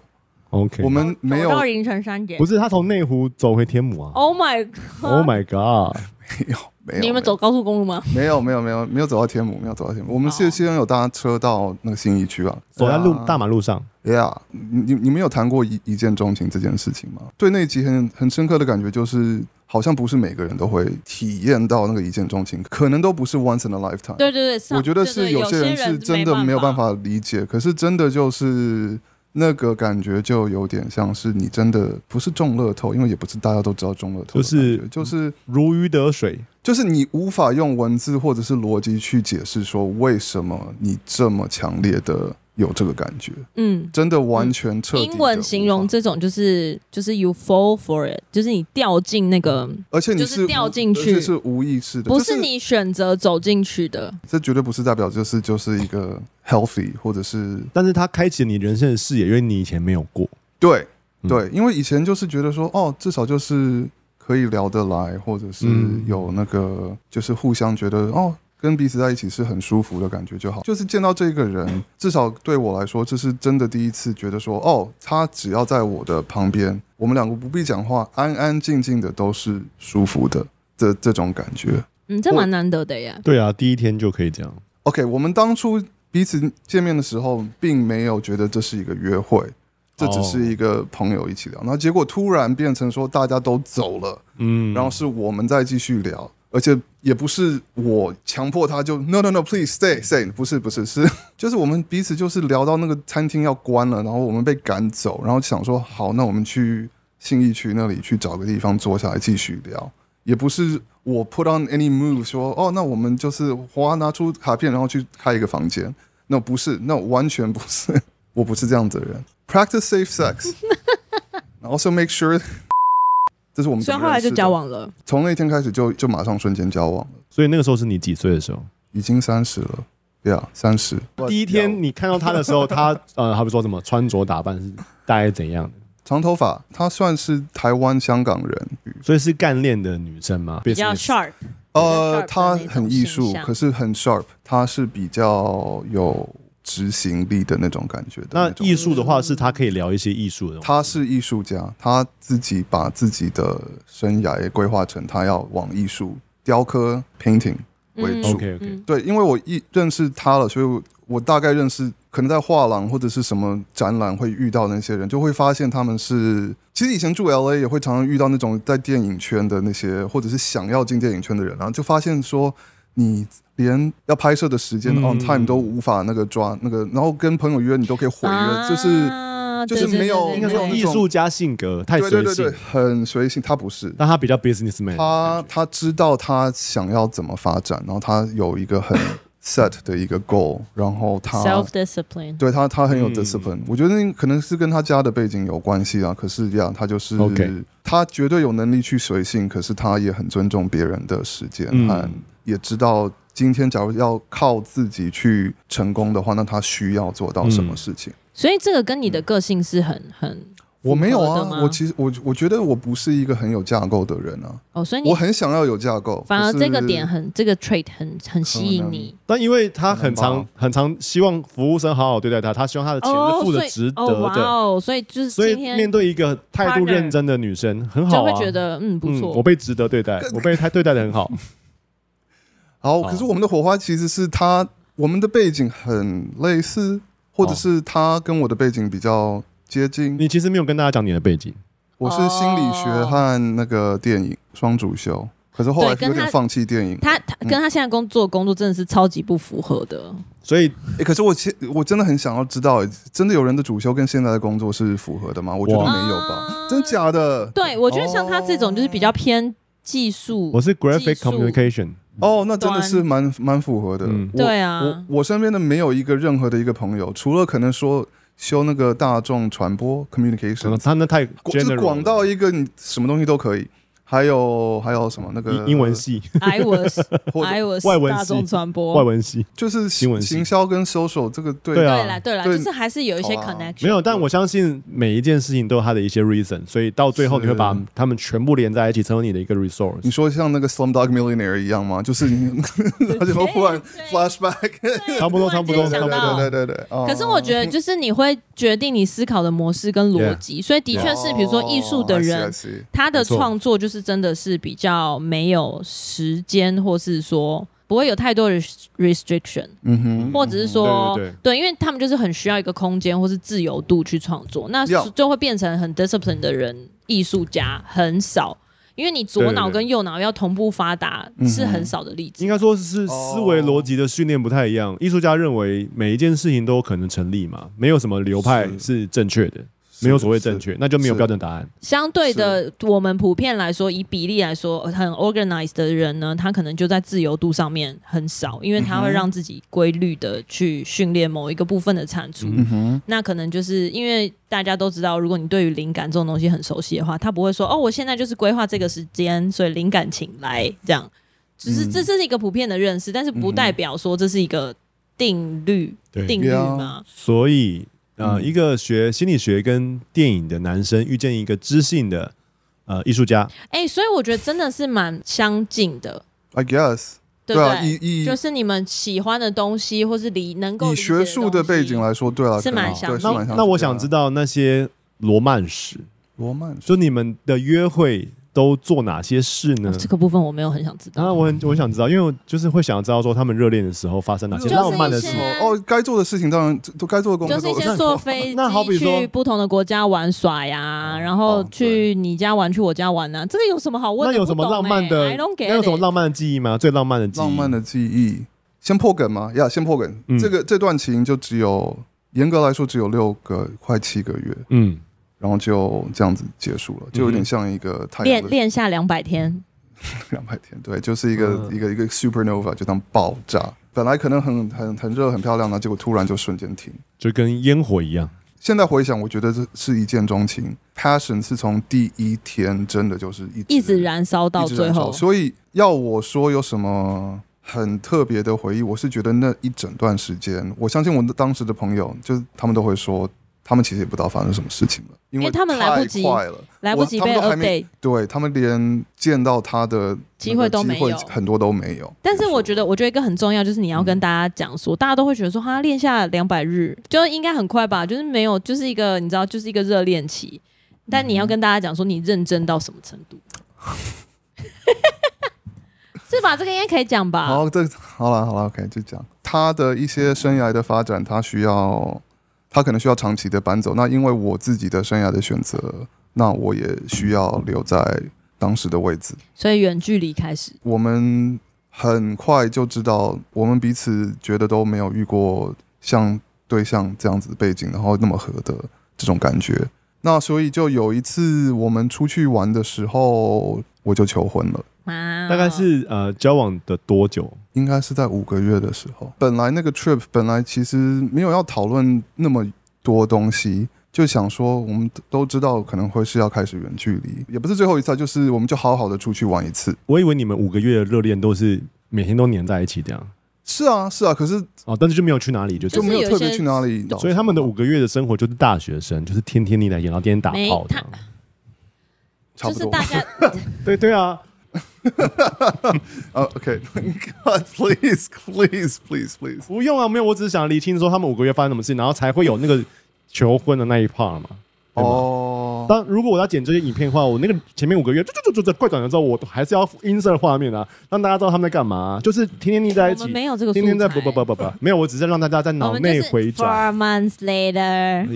S3: OK，
S2: 我们没有
S1: 走到凌晨三点
S3: 不。是他从内湖走回天母啊
S1: Oh my
S3: ？Oh
S1: god！
S3: my god！
S2: 没有没有，
S1: 你们走高速公路吗？
S2: 没有没有没有没有走到天母，没有走到天母，我们
S1: 哦
S2: 是先有搭车到那个信义区啊，
S3: 走在路大马路上，
S2: Yeah，你你你们有谈过一一见钟情这件事情吗？对那一集很很深刻的感觉就是，好像不是每个人都会体验到那个一见钟情，可能都不是 once in a lifetime。
S1: 对对对，
S2: 我觉得是
S1: 有
S2: 些人是真的没有办。法理解，可是真的就是那个感觉就有点像是你真的不是中乐透，因为也不是大家都知道中乐透的感觉，
S3: 就是
S2: 就是
S3: 如鱼得水。
S2: 就是你无法用文字或者是逻辑去解释说为什么你这么强烈的有这个感觉，
S1: 嗯，
S2: 真的完全彻底、
S1: 英文形容。这种就是就是 you fall for it，就是你掉进那个，
S2: 而且你
S1: 就是是
S2: 无
S1: 掉进去
S2: 而且是无意识的，
S1: 不，
S2: 就是
S1: 你选择走进去的。
S2: 这绝对不是代表就是就是一个 healthy 或者是
S3: 但是它开启了你人生的视野，因为你以前没有过。
S2: 对
S3: 嗯
S2: 对，因为以前就是觉得说哦，至少就是可以聊得来，或者是
S3: 嗯
S2: 有那个就是互相觉得哦。跟彼此在一起是很舒服的感觉就好，就是见到这个人，至少对我来说，这是真的第一次觉得说，哦，他只要在我的旁边，我们两个不必讲话，安安静静的都是舒服的的这种感觉。
S1: 嗯，这
S2: 我
S1: 蛮难得的耶。
S3: 对啊，第一天就可以这样。
S2: OK，我们当初彼此见面的时候，并没有觉得这是一个约会，这只是一个朋友一起聊。然后结果突然变成说大家都走了，
S3: 嗯，
S2: 然后是我们再继续聊，而且也不是我强迫他就 no no no please stay stay，不是不是是就是我们彼此就是聊到那个餐厅要关了，然后我们被赶走，然后想说好，那我们去信义区那里去找个地方坐下来继续聊，也不是我 put on any move 说哦，那我们就是哗拿出卡片然后去开一个房间，那不是，那完全不是，我不是这样子的人。Practice safe sex，然后 also make sure，这是我们
S1: 所
S2: 怎
S1: 以
S2: 么
S1: 后来就
S2: 认识的
S1: 交往了。
S2: 从那天开始就就马上瞬间交往了，
S3: 所以那个时候是你几岁的时候？
S2: 已经三十了，对啊，三十。
S3: 第一天你看到他的时候，
S2: [LAUGHS]
S3: 他呃，他比说什么穿着打扮是大概怎样的？
S2: 长头发，她算是台湾香港人，
S3: 所以是干练的女生吗？
S1: 比较
S3: Business
S1: sharp，
S2: 呃，
S1: 比较 sharp
S2: 她
S1: 的那种
S2: 很艺术
S1: 形，象
S2: 可是很 sharp，她是比较有执行力的那种感觉的
S3: 那
S2: 种
S3: 艺术的话，是他可以聊一些艺术的东西。
S2: 她是艺术家，她自己把自己的生涯也规划成她要往艺术、雕刻、painting 为主。
S3: OK OK，
S1: 嗯
S2: 对，因为我一认识他了，所以我我大概认识，可能在画廊或者是什么展览会遇到那些人，就会发现他们是，其实以前住 L A 也会常常遇到那种在电影圈的那些，或者是想要进电影圈的人，然后就发现说你。连要拍摄的时间
S3: 嗯
S2: on time 都无法那个抓那个，然后跟朋友约你都可以毁约，就是
S1: 啊
S2: 就是没有
S1: 对对
S3: 应该
S1: 对
S3: 说
S1: 对
S3: 艺
S1: 对
S3: 术家性格太
S2: 嗯对对
S3: 随
S2: 对
S3: 性
S2: 对，，很随性。他不是，
S3: 但他比较 businessman。
S2: 他他知道他想要怎么发展，然后他有一个很 set 的一个 goal，然后他
S1: self discipline。
S2: 对他，他很有
S3: 嗯
S2: discipline、我觉得那可能是跟他家的背景有关系啊。可是呀，他就是
S3: OK
S2: 他绝对有能力去随性，可是他也很尊重别人的时间，
S3: 嗯
S2: 和也知道今天假如要靠自己去成功的话，那他需要做到什么
S3: 嗯
S2: 事情？
S1: 所以这个跟你的个性是很很
S2: 我没有
S1: 符合的吗
S2: 啊，我其实我我觉得我不是一个很有架构的人啊，
S1: 哦，所以你
S2: 我很想要有架构，
S1: 反而
S2: 可是
S1: 这个点很这个 trait 很很吸引你。
S3: 但因为他很
S2: 可能
S3: 常
S2: 吧
S3: 很常希望服务生好好对待他，他希望他的钱是付的值
S1: 哦，所以哦
S3: 得
S1: 哇
S3: 的，
S1: 哦，所以就是
S3: 所以
S1: 今天
S3: 面对一个态度
S1: partner
S3: 认真的女生很
S1: 就
S3: 好
S1: 会
S3: 啊，
S1: 觉得嗯不
S3: 嗯，
S1: 错，
S3: 我被值得对待，我被他对待的
S1: [LAUGHS]
S3: 很好，
S2: 好，
S3: 好
S2: 可是我们的火花其实是他，我们的背景很类似，或者
S3: 哦
S2: 是他跟我的背景比较接近。
S3: 你其实没有跟大家讲你的背景，
S2: 我是心理学和那个电影双主修，可是后来
S1: 哦对
S2: 有
S1: 跟
S2: 点
S1: 他
S2: 放弃电影。
S1: 他他
S3: 嗯
S1: 跟他现在工作工作真的是超级不符合的。
S3: 所以
S2: 诶可是我其我真的很想要知道，真的有人的主修跟现在的工作是符合的吗？我觉得
S3: 哇
S2: 没有吧
S1: 啊，
S2: 真假的？
S1: 对，我觉得像他这种就是比较偏技术，
S3: 我是
S1: 技
S3: graphic
S1: 术
S3: communication，
S2: 哦，那真的是蛮蛮符合的。
S3: 嗯
S2: 我
S1: 对啊
S2: 我我身边的没有一个任何的一个朋友，除了可能说修那个大众传播 communication，
S3: 他那太
S2: 广就是
S3: general
S2: 广到
S3: 了
S2: 一个你什么东西都可以。还有还有什么那个
S3: 英英文系、
S1: I was
S2: 或者
S1: I was
S3: 外文系
S1: 大众传播
S3: 外文系
S2: 就是
S3: 新闻系
S2: 行销跟 social 这个对
S3: 对啊
S1: 对啦对啦，
S2: 对
S1: 就是还是有一些
S2: 好啊
S1: connection。
S3: 没有，但我相信每一件事情都有它的一些 reason，所以到最后
S2: 是
S3: 你会把他们全部连在一起，成为你的一个 resource。
S2: 你说像那个 Slumdog Millionaire 一样吗？就是
S3: [LAUGHS]
S2: 你，他怎么忽然
S1: 对
S2: flashback？对
S3: 差不多
S1: 突然间
S3: 差不多
S1: 想到
S2: 对对对对。哦
S1: 可是我觉得，就是你会决定你思考的模式跟逻辑所以的确是，比如说艺术的人
S2: 哦，I see, I see
S1: 他的
S3: 没错
S1: 创作就是真的是比较没有时间，或是说不会有太多的 restriction，
S2: 嗯哼，
S1: 或者是说、
S3: 对对对
S1: 因为他们就是很需要一个空间或是自由度去创作，那
S2: Yeah
S1: 就会变成很 discipline 的人，艺术家很少。因为你左脑
S3: 对对对
S1: 跟右脑要同步发达
S2: 嗯哼
S1: 是很少的例子
S3: 应，该说是
S2: 哦
S3: 思维逻辑的训练不太一样。艺术家认为每一件事情都有可能成立嘛，没有什么流派
S2: 是
S3: 是正确的，
S2: 是
S3: 没有所谓正确，那就没有
S2: 是
S3: 标准答案。
S1: 相对的，我们普遍来说，以比例来说，很 organized 的人呢，他可能就在自由度上面很少，因为他会让自己规律的去训练某一个部分的产出。
S3: 嗯
S2: 嗯哼，
S1: 那可能就是因为大家都知道，如果你对于灵感这种东西很熟悉的话，他不会说哦，我现在就是规划这个时间，所以灵感请来这样。只是
S2: 嗯
S1: 这这是一个普遍的认识，但是不代表说这是一个定律，
S3: 对
S1: 定律
S2: Yeah
S1: 嘛。
S3: 所以，呃，
S2: 嗯
S3: 一个学心理学跟电影的男生遇见一个知性的呃艺术家，
S1: 哎、所以我觉得真的是蛮相近的，
S2: ，I guess，
S1: 不对？
S2: 啊，以以
S1: 就是你们喜欢的东西，或是理能够
S2: 以
S1: 理解的
S2: 学术的背景
S1: 东西，
S3: 哦
S2: 来说，对啊，
S1: 是蛮
S2: 可能对
S1: 相
S2: 是蛮
S1: 近
S2: 像。
S3: 那我想知道那些罗曼史，
S2: 罗曼
S3: 就你们的约会都做哪些事呢
S2: 嗯
S1: 哦？这个部分我没有很想知
S3: 当
S1: 道。
S3: 然，我很我很想知道，因为我就是会想知道说他们热恋的时候发生哪
S1: 就
S3: 些
S1: 是一些
S3: 浪漫的事。
S2: 哦，该做的事情当然都该做的功课
S1: 就是一
S2: 都
S1: 些坐飞
S3: 那好比
S1: 机
S3: 说
S1: 去不同的国家玩耍呀，然后
S2: 哦
S1: 去你家玩，去我家玩呐、啊这个有什么好问
S3: 那
S1: 的？
S3: 有什
S1: 不
S3: 么
S1: 懂
S3: 浪漫
S1: 欸
S3: 的
S1: ？I don't？get
S3: 那有什么
S1: it
S3: 浪漫的记忆吗？最浪漫的记忆？
S2: 浪漫的记忆。先破梗吗？呀、先破梗。
S3: 嗯
S2: 这个这段情就只有严格来说只有六个快七个月，
S3: 嗯，
S2: 然后就这样子结束了，就有点像一个太阳
S1: 练
S2: 的
S1: 练下两百天，
S2: 两百天，对，就是一个、
S3: 嗯
S2: 一个一个 supernova 就当爆炸。本来可能很很很热很漂亮的，结果突然就瞬间停。
S3: 就跟烟火一样。
S2: 现在回想，我觉得这是一见钟情，passion 是从第一天真的就是一直
S1: 一直燃烧到
S2: 一直
S1: 最
S2: 燃烧
S1: 后。
S2: 所以要我说有什么很特别的回忆，我是觉得那一整段时间，我相信我当时的朋友，就是他们都会说，他们其实也不知道发生什么事情了，因
S1: 因为他们
S2: 太
S1: 来不及
S2: 快了，
S1: 来不及被
S2: 我他们都还没
S1: update，
S2: 对他们连见到他的
S1: 机会都
S2: 那个
S1: 没有
S2: 机会很多都没有。
S1: 但是我
S2: 得
S1: 觉得，我觉得一个很重要就是你要
S3: 嗯
S1: 跟大家讲说，大家都会觉得说，哈，练下两百日就应该很快吧，就是没有，就是一个你知道，就是一个热恋期。但
S3: 嗯
S1: 你要跟大家讲说，你认真到什么程度， [LAUGHS] 是吧？这个应该可以讲吧？
S2: 好，这好了好了，OK，就这样。他的一些生涯的发展，他需要，他可能需要长期的搬走。那因为我自己的生涯的选择，那我也需要留在当时的位置。
S1: 所以远距离开始，
S2: 我们很快就知道，我们彼此觉得都没有遇过像对象这样子背景，然后那么合的这种感觉。那所以就有一次我们出去玩的时候，我就求婚了。
S1: 啊，
S3: 大概是呃交往的多久？
S2: 应该是在五个月的时候。本来那个 trip 本来其实没有要讨论那么多东西，就想说我们都知道可能会是要开始远距离，也不是最后一次啊，就是我们就好好的出去玩一次。
S3: 我以为你们五个月的热恋都是每天都黏在一起这样
S2: 是啊是啊，可是
S3: 哦，但是就没有去哪里，就
S1: 就
S2: 就是没
S1: 有
S2: 特别
S1: 些
S2: 去哪里导致。
S3: 所以他们的五个月的生活就是大学生，就是天天腻在一起，然后天天打
S1: 没
S3: 炮这
S1: 他
S3: 样。
S2: 差不
S1: 就是
S2: 多
S3: [LAUGHS]
S1: 大家
S3: 对对啊，
S2: 啊，OK，God [LAUGHS] please please please please，
S3: 不用啊，没有，我只是想厘清说他们五个月发生什么事，然后才会有那个求婚的那一 part 嘛。对吗
S2: 哦，
S3: 当如果我要剪这些影片的话，我那个前面五个月就就就就快转了之后，我还是要 insert 画面啊，让大家知道他们在干嘛啊、就是天天腻在一
S1: 我
S3: 起
S1: 们，没有这个素材，
S3: 天天在不不不不不，没有，我只是让大家在
S1: 我
S3: 脑
S1: 们
S3: 内
S1: 就是
S3: 回转。
S4: Four months
S3: [LAUGHS]
S4: later，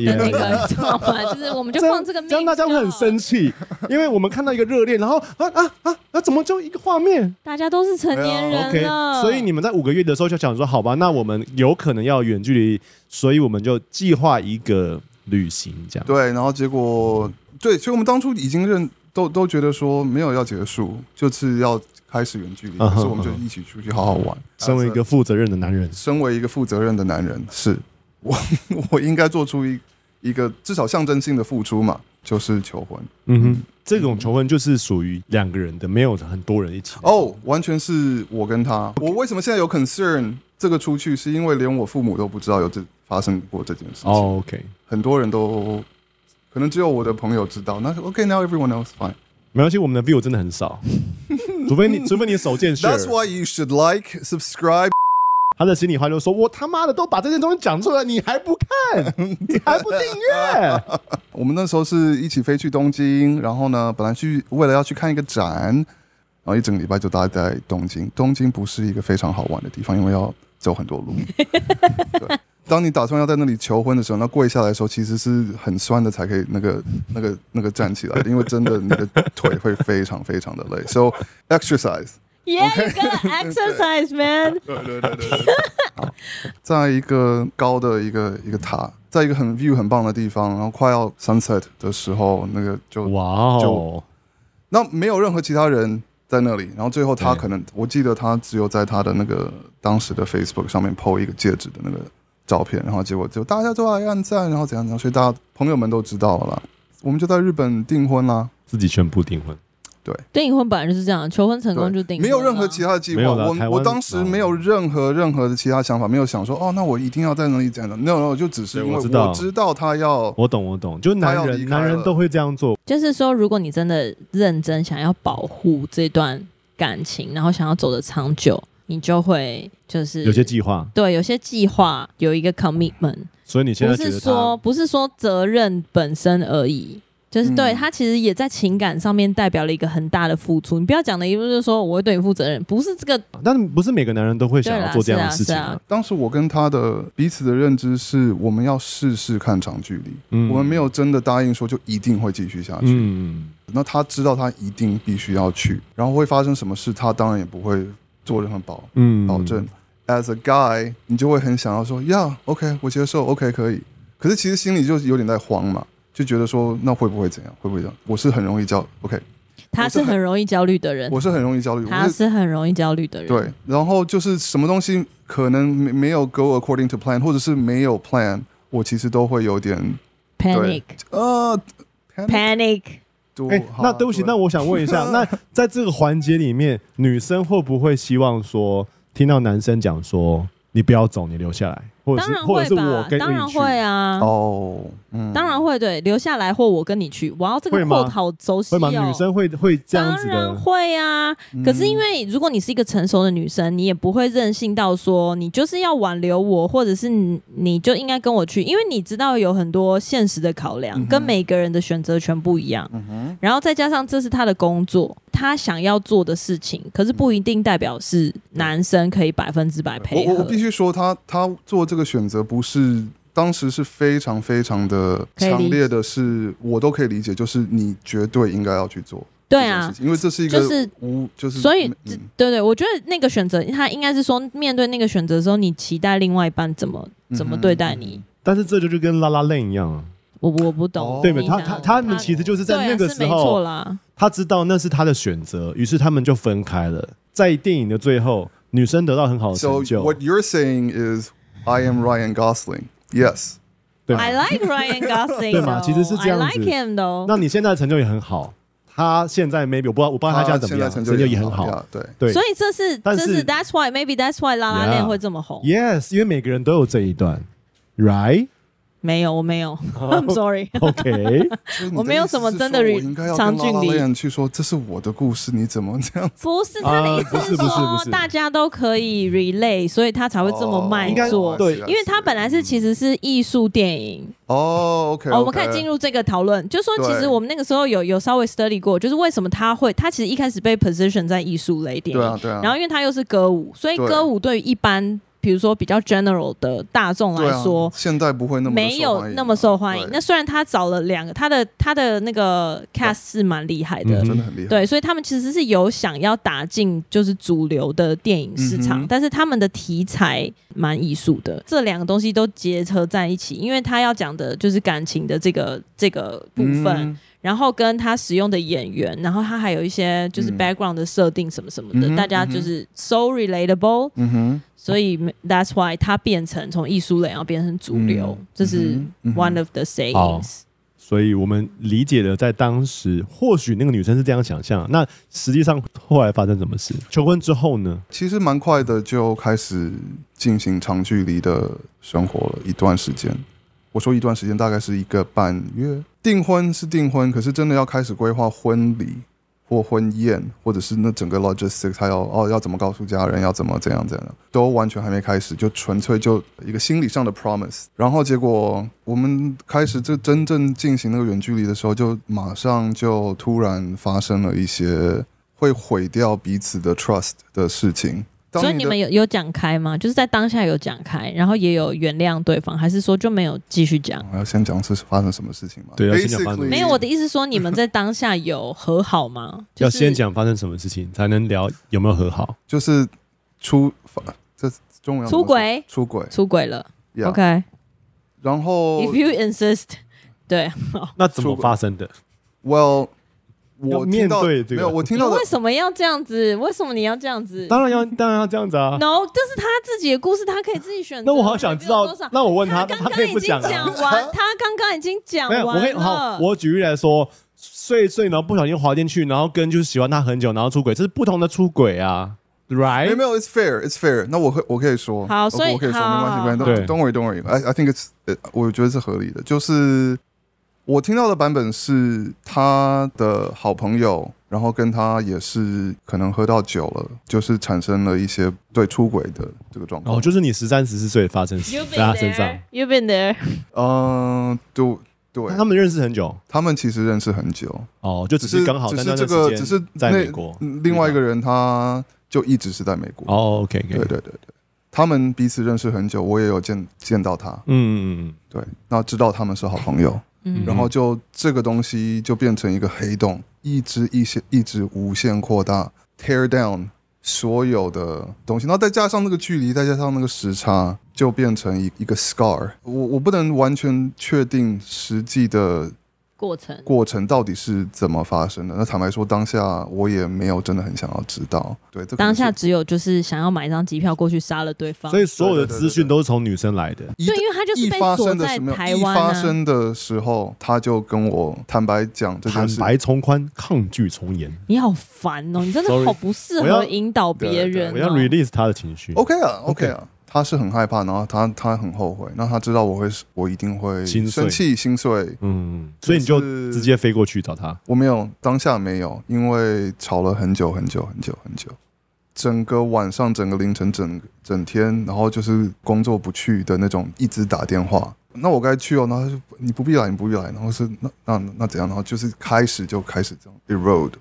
S1: 的那个，知道吗？就是我们就
S3: 这样
S1: 放这个，
S3: 这样大家会很生
S1: 气，
S3: 气，因为我们看到一个热恋，然后啊啊啊啊，怎么就一个画面
S1: 大家都是成年人
S3: 啊 OK，
S1: 了，
S3: 所以你们在五个月的时候就想说，好吧，那我们有可能要远距离，所以我们就计划一个旅行，这样。
S2: 对，然后结果对，所以我们当初已经认都都觉得说没有要结束，就是要开始远距离，
S3: 嗯哼
S2: 可是我们就
S3: 嗯哼
S2: 一起出去好好玩。
S3: 身为一个负责任的男人，
S2: 身为一个负责任的男人，是我 [LAUGHS] 我应该做出一一个至少象征性的付出嘛，就是求婚。
S3: 嗯哼，这种求婚就是属于两个人的，没有很多人一起。
S2: 哦，完全是我跟他。我为什么现在有 concern 这个出去，是因为连我父母都不知道有这发生过这件事情。
S3: 哦，OK，
S2: 很多人都可能只有我的朋友知道。那 OK，now、everyone else fine。
S3: 没关系，我们的 view 真的
S2: [LAUGHS]
S3: 很少，除非你除非你手贱
S2: That's
S3: 是，
S2: why you should like, subscribe。
S3: 他的心里话就说：“我他妈的都把这件东西讲出来，你还不
S2: [LAUGHS]
S3: 看，你还不订阅。
S2: 我们那时候是一起飞去东京，然后呢，本来去为了要去看一个展，然后一整个礼拜就待在东京。东京不是一个非常好玩的地方，因为要走很多路。对，当你打算要在那里求婚的时候，那跪下来的时候其实是很酸的，才可以那个那个那个站起来的，因为真的你的腿会非常非常的累。So exercise。
S1: Yeah, you gotta
S2: [LAUGHS]
S1: exercise, man.
S2: 对对对对对。好，在一个高的一个一个塔，在一个很 view 很棒的地方，然后快要 sunset 的时候，那个”就
S3: 哇
S2: 就
S3: 哦，
S2: 那没有任何其他人在那里，然后最后他
S3: 对
S2: 可能，我记得他只有在他的那个当时的 Facebook 上面 PO 一个戒指的那个照片，然后结果就大家都来按赞，然后怎样怎样，所以大家朋友们都知道了啦。我们就在日本订婚啦，
S3: 自己宣布订婚，
S1: 订婚本来就是这样，求婚成功就
S2: 对
S1: 订，
S2: 没有任何其
S1: 他。
S2: 他的计
S3: 没
S2: 划。
S3: 有啦台
S2: 我
S3: 湾嗯
S2: 我当时没有任何任何的其他想法，没有想说哦，那我一定要在那里怎样的。No No，就只是
S3: 对
S2: 因为
S3: 我知道
S2: 我知道他要
S3: 我懂我懂，就男
S2: 他要离
S3: 人
S2: 开了
S3: 男人都会这样做，
S1: 就是说，如果你真的认真想要保护这段感情，然后想要走得长久，你就会就是
S3: 有些计划，
S1: 对有些计划有一个 commitment，
S3: 所以你现
S1: 不
S3: 在觉
S1: 是
S3: 得
S1: 说
S3: 他
S1: 不是说责任本身而已。就是对、
S2: 嗯
S1: 他其实也在情感上面代表了一个很大的付出，你不要讲的一步就是说我会对你负责任，不是这个
S3: 但是不是每个男人都会想
S1: 对
S3: 要
S1: 啦
S3: 做这样的
S1: 是啊
S3: 事情
S1: 是啊
S2: 当时我跟他的彼此的认知是，我们要试试看长距离，
S3: 嗯
S2: 我们没有真的答应说就一定会继续下去。
S3: 嗯，
S2: 那他知道他一定必须要去，然后会发生什么事，他当然也不会做任何保
S3: 嗯
S2: 保证。As a guy，你就会很想要说，Yeah，OK，、我接受，OK，可以。可是其实心里就有点在慌嘛，就觉得说，那会不会怎样？会不会这样？我是很容易焦，OK，
S1: 他是很容易焦虑的人，
S2: 我是很容易焦虑，我
S1: 他
S2: 是
S1: 是很容易焦虑的人，
S2: 对，然后就是什么东西可能没没有 go according to plan，或者是没有 plan，我其实都会有点
S1: ，panic
S2: 呃
S1: 嗯
S2: panic
S1: panic，
S2: 多
S3: 哎、
S2: 好
S3: 那
S2: 啊
S3: 对不起，那我想问一下， [LAUGHS] 那在这个环节里面，女生会不会希望说听到男生讲说你不要走，你留下来，或者
S1: 当
S3: 是
S1: 然
S3: 或
S1: 会
S3: 者是我
S1: 吧，
S3: 跟
S1: 当然
S3: 你去？
S1: 会啊，
S2: 哦，嗯，
S1: 当然会对，留下来或我跟你去，哇，这
S3: 会
S1: 个
S3: 吗
S1: quote 好熟悉
S3: 会
S1: 哦，
S3: 吗？女生会会这样子
S1: 当然
S3: 的，
S1: 会啊，可是因为如果你是一个成熟的女生，你也不会任性到说你就是要挽留我，或者是你你就应该跟我去，因为你知道有很多现实的考量，
S2: 嗯哼
S1: 跟每个人的选择权不一样。
S2: 嗯哼，
S1: 然后再加上这是他的工作，他想要做的事情，可是不一定代表是男生可以百分之百
S2: 我
S1: 配
S2: 我我
S1: 合，
S2: 必须说他，他做这个选择不是当时是非常非常的
S1: 可以理解
S2: 强烈的是，我都可以理解，就是你绝对应该要去做
S1: 对
S2: 这件
S1: 啊
S2: 事。情，因为这是一个
S1: 就是
S2: 无就是
S1: 所以这
S2: 嗯、
S1: 对对，我觉得那个选择，他应该是说，面对那个选择的时候，你期待另外一半怎么
S2: 嗯
S1: 怎么对待你。
S3: 但是这就就跟拉拉链一样啊，
S1: 我我不懂，
S2: 哦
S3: 对吧？
S1: 你
S3: 他
S1: 想
S3: 他他们其实就是在
S1: 对啊
S3: 那个
S1: 是
S3: 时
S1: 没错
S3: 候，
S1: 啦。
S3: 他知道那是他的选择，于是他们就分开了。在电影的最后，女生得到很好的
S2: So
S3: 成就，
S2: what you're saying is I am Ryan Gosling. Yes.
S3: 对
S2: [LAUGHS]
S3: 吧
S1: I like Ryan Gosling，
S3: 对嘛
S1: though.
S3: 其实是这样子
S1: I like him
S3: 那
S1: though。
S3: 你现在的成就也很好，他现在 maybe 我不知道，我不知道他现在怎么样，
S2: 现在
S3: 成就也很
S2: 好
S3: 好。
S2: 呀，对，
S3: 对
S1: 所以这是
S3: 但
S1: 这
S3: 是
S1: 是 That's why maybe That's why 拉拉链
S3: Yeah
S1: 会这么红。
S3: Yes，因为每个人都有这一段，right？
S1: [LAUGHS] 没有，我没有
S3: 哦
S1: [LAUGHS] ，I'm sorry。
S3: OK，
S2: 所以你
S1: 我没有
S2: 意思
S1: 什么
S2: 是
S1: 真
S2: 说
S1: 的
S2: 我
S1: 与
S2: 应该要
S1: 长
S2: 跟拉
S1: 距
S2: 拉
S1: 离
S2: 链去说这是我的故事，你怎么这样？
S1: 不是他的意
S3: 啊不
S1: 思
S3: 是不是不
S1: 说
S3: 是
S1: 大家都可以 relay，所以他才会这
S2: 哦
S1: 么卖
S3: 哦应该
S1: 座。
S3: 对
S1: 因为他本来是其实是艺术电影，
S2: 哦，OK，
S1: 哦，我们可以进
S2: 入
S1: 入这个讨论，就说
S2: 对
S1: 其实我们那个时候有有稍微 study 过，就是为什么他会，他其实一开始被 position 在艺术类电
S2: 对啊
S1: 影，
S2: 对啊，
S1: 然后因为他又是歌舞，所以
S2: 对
S1: 歌舞对于一般比如说比较 general 的大众
S2: 对
S1: 来
S2: 啊
S1: 说，
S2: 现在不会那么地
S1: 没
S2: 受
S1: 有
S2: 欢迎
S1: 那么
S2: 啊
S1: 受欢迎。
S2: 对啊
S1: 那虽然他找了两个，他的他的那个 cast 是蛮厉害的
S3: 嗯，
S2: 真的很厉害，
S1: 对，所以他们其实是有想要打进就是主流的电影市
S2: 嗯
S1: 场，
S2: 哼
S1: 但是他们的题材蛮艺术的，这两个东西都结合在一起，因为他要讲的就是感情的这个这个部分，
S2: 嗯
S1: 然后跟他使用的演员，然后他还有一些就是
S2: 嗯
S1: background 的设定什么什么的，
S2: 嗯哼
S1: 大家
S2: 嗯哼
S1: 就是 so relatable，
S2: 嗯哼，
S1: 所以 that's why 他变成从艺术类然后变成主流，
S2: 嗯
S1: 这是
S2: 嗯哼嗯哼
S1: one of the sayings。
S3: 所以我们理解的，在当时或许那个女生是这样想象，那实际上后来发生什么事？求婚之后呢？
S2: 其实蛮快的就开始进行长距离的生活了一段时间。我说一段时间，大概是一个半月。订婚是订婚，可是真的要开始规划婚礼或婚宴，或者是那整个 logistics，还有哦要怎么告诉家人，要怎么怎样怎样，都完全还没开始，就纯粹就一个心理上的 promise。然后结果我们开始就真正进行那个远距离的时候，就马上就突然发生了一些会毁掉彼此的 trust 的事情。当
S1: 所以你
S2: 的
S1: 们有有讲开吗？就是在当下有讲开，然后也有原谅对方，还是说就没有继续讲？
S3: 嗯
S2: 我要先讲是发生什么事情吗？
S3: 对要啊
S2: b
S3: 先
S2: a
S3: 讲
S2: s
S3: 发生
S2: i
S1: 没有，我的意思说你们在当下有和好
S3: [LAUGHS]
S1: 吗？就是、
S3: 要先讲发生什么事情，才能聊有没有和好。
S2: 就是出发，这中
S3: 啊
S2: 文要
S1: 出
S2: 怎么说
S1: 轨，
S2: 出轨
S1: 出轨了。
S2: ，yeah。
S1: OK，if、
S2: 然后
S1: you insist，对， [LAUGHS]
S3: 那怎么发生的？
S2: ，Well，
S3: 要
S2: 我
S3: 面
S2: 听到
S3: 对这个
S2: 没有，我听
S1: 你 [LAUGHS]
S2: 到的
S1: 为什么要这样子？为什么你要这样子
S3: 当然要，当然要这样子啊。
S1: ？No，这是他自己的故事，他可以自己选择。
S3: 那我好想知
S1: 没
S3: 道
S1: 有多少，
S3: 那我问
S1: 他
S3: 他
S1: 刚
S3: 可
S1: 刚
S3: 以
S1: 已
S3: 不
S1: 经
S3: 讲啊
S1: 讲
S3: [LAUGHS]
S1: 完，他刚刚已经讲
S3: 没有，我可
S1: 完
S3: 以好
S1: 了。，
S3: 我举例来哦说，睡一睡然后不小心滑进去，然后跟就是喜欢他很久，然后出轨，这是不同的出轨啊
S2: 没有
S3: ，right？
S2: 没有，it's fair，it's fair。那我可我可以说，
S1: 好
S2: 我
S1: 所以
S2: 我可以说
S1: 好
S2: 没关系，
S1: 好
S2: 没关系。
S3: 好
S2: Don't- Don't worry，don't worry，I I think it's，呃我觉得是合理的。就是我听到的版本是他的好朋友，然后跟他也是可能喝到酒了，就是产生了一些对出轨的这个状况。
S3: 哦，就是你十三十四岁发生啊
S1: You've
S3: [LAUGHS] 在
S1: been
S3: 他身上
S1: there,，you've been there。
S2: 嗯，对对，
S3: 他们认识很久
S2: 他们其实认识很久，
S3: 哦，就
S2: 只
S3: 只是刚好
S2: 只
S3: 在
S2: 是
S3: 那
S2: 这
S3: 段
S2: 个
S3: 时
S2: 只
S3: 间
S2: 是
S3: 在
S2: 那嗯
S3: 美国。
S2: 另外一个人他就一直是在美国。
S3: 哦，OK，
S2: 对对对对，他们彼此认识很久，我也有见见到他。
S3: 嗯，
S2: 对，那知道他们是好朋友，
S1: 嗯
S2: 然后就这个东西就变成一个黑洞，一直一些一直无限扩大，tear down 所有的东西，然后再加上那个距离，再加上那个时差，就变成一一个 scar。我我不能完全确定实际的
S1: 过程。
S2: 过程到底是怎么发生的。那坦白说，当下我也没有真的很想要知道。对，这可能
S1: 当
S2: 是
S1: 下只有就是想要买一张机票过去杀了对方。
S3: 所以所有的
S2: 对对对
S3: 资讯
S2: 对
S3: 都是从女生来的。
S2: 一
S1: 对，因为他就是
S2: 一
S1: 被
S2: 发
S1: 锁
S2: 生的
S1: 在
S2: 时候，
S1: 台
S2: 一
S1: 湾
S2: 发
S1: 啊。
S2: 生的时候，他就跟我坦白讲这件
S3: 坦
S2: 事。
S3: 白从宽，抗拒从严。
S1: 你好烦哦！你真
S3: Sorry，
S1: 的好不适
S3: 我要
S1: 合引导别
S2: 对对
S1: 人、哦
S3: 我要 release 他的哦情绪，
S2: OK 啊，OK 啊，他是很害怕，然后他他很后悔，那他知道我会，我一定会
S3: 心碎
S2: 生气、心碎。
S3: 嗯，所以你就
S2: 就是
S3: 直接飞过去找他。
S2: 我没有当下没有，因为吵了很久很久很久很久，整个晚上、整个凌晨、整整天，然后就是工作不去的那种，一直打电话。那我该去哦，然后他就你不必来，你不必来，然后是那那那怎样，然后就是开始就开始这样 erode，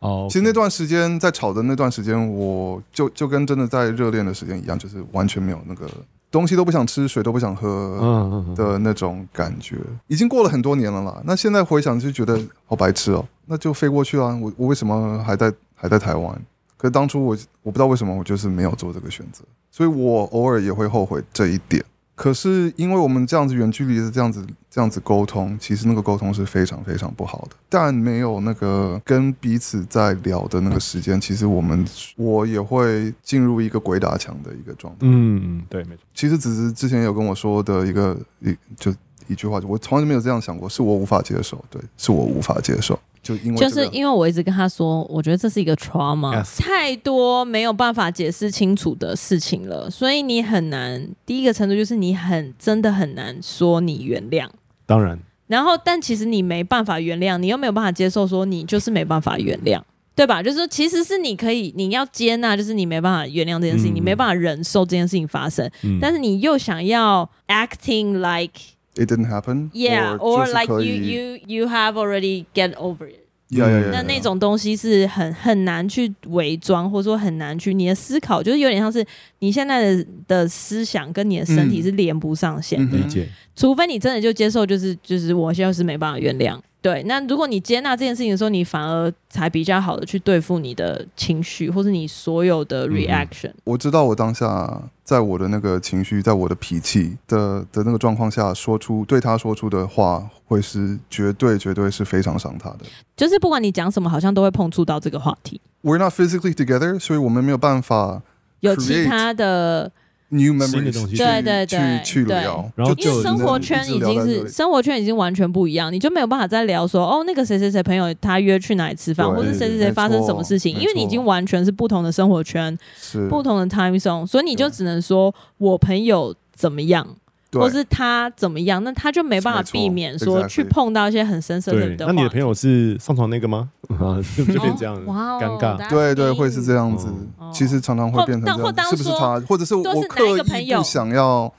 S3: 哦，
S2: 其实那段时间在吵的那段时间，我就就跟真的在热恋的时间一样，就是完全没有那个东西都不想吃，水都不想喝
S3: 嗯嗯嗯
S2: 的那种感觉。已经过了很多年了啦，那现在回想就觉得好白痴哦，那就飞过去啊！我我为什么还在还在台湾？可是当初我我不知道为什么我就是没有做这个选择，所以我偶尔也会后悔这一点。可是因为我们这样子远距离的这样子这样子沟通，其实那个沟通是非常非常不好的。但没有那个跟彼此在聊的那个时间，其实我们我也会进入一个鬼打墙的一个状态。
S3: 嗯，嗯对，没错。
S2: 其实只是之前有跟我说的一个一就一句话，我从来没有这样想过，是我无法接受，对，是我无法接受。就因为
S1: 就
S2: 这个
S1: 是因为我一直跟他说，我觉得这是一个 trauma，、
S3: Yes
S1: 太多没有办法解释清楚的事情了，所以你很难。第一个程度就是你很真的很难说你原谅，
S3: 当然，
S1: 然后但其实你没办法原谅，你又没有办法接受说你就是没办法原谅，对吧？就是说其实是你可以，你要接纳，就是你没办法原谅这件事情，
S3: 嗯
S1: 你没办法忍受这件事情发生，
S3: 嗯，
S1: 但是你又想要 acting like
S2: it didn't happen
S1: yeah or
S2: 就是
S1: like
S2: 可
S1: you
S2: 以
S1: you you have already get over it。
S2: yeah, yeah, yeah,
S1: 那
S2: yeah.
S1: 那种东西是很很难去伪装，或者说很难去你的思考，就是有点像是你现在的的思想跟你的身体
S2: 嗯
S1: 是连不上线，
S2: 嗯哼
S3: 理解，
S1: 除非你真的就接受，就是就是我现在是没办法原谅。对，那如果你接纳这件事情的时候，你反而才比较好的去对付你的情绪，或是你所有
S2: 嗯
S1: 的 reaction。
S2: 我知道我当下在我的那个情绪，在我的脾气的的那个状况下，说出对他说出的话，会是绝对绝对是非常伤他的。
S1: 就是不管你讲什么，好像都会碰触到这个话题。
S2: We're not physically together，所以我们没有办法
S1: 有其
S2: Create
S1: 他的
S2: new
S3: 新
S2: memories
S3: 的东西
S2: 去
S1: 对对对
S2: 去去
S1: 对
S2: 聊，
S3: 然后
S2: 就
S1: 因为
S3: 就
S1: 生活圈已经是生活圈已经完全不一样，你就没有办法再聊说哦，那个谁谁谁朋友他约去哪里吃饭，
S2: 对
S1: 或是谁谁谁发生什么事情，
S2: 没错
S1: 因为你已经完全是不同的生活圈、
S2: 是
S1: 不同的 time zone，所以你就只能说我朋友怎么样，
S2: 对
S1: 或是他怎么样，那他就没办法
S2: 没错
S1: 避免说
S2: exactly
S1: 去碰到一些很深深
S3: 对。
S1: 的话
S3: 那
S1: 题。
S3: 你的朋友是上床那
S2: [LAUGHS]
S3: 个吗？啊， [LAUGHS] 就就变这样
S1: 哦，哇哦
S3: 尴尬。
S1: that's
S2: 对对
S1: mean
S2: 会是这样子
S3: 嗯
S1: 哦，
S2: 其实常常会
S1: 或
S2: 变成
S1: 但
S2: 这
S1: 或
S2: 样子，
S1: 当
S2: 是不是
S1: 说
S2: 他，或者是
S1: 都
S2: 我
S1: 是哪一
S2: 刻
S1: 个朋
S2: 意
S1: 友
S2: 不想要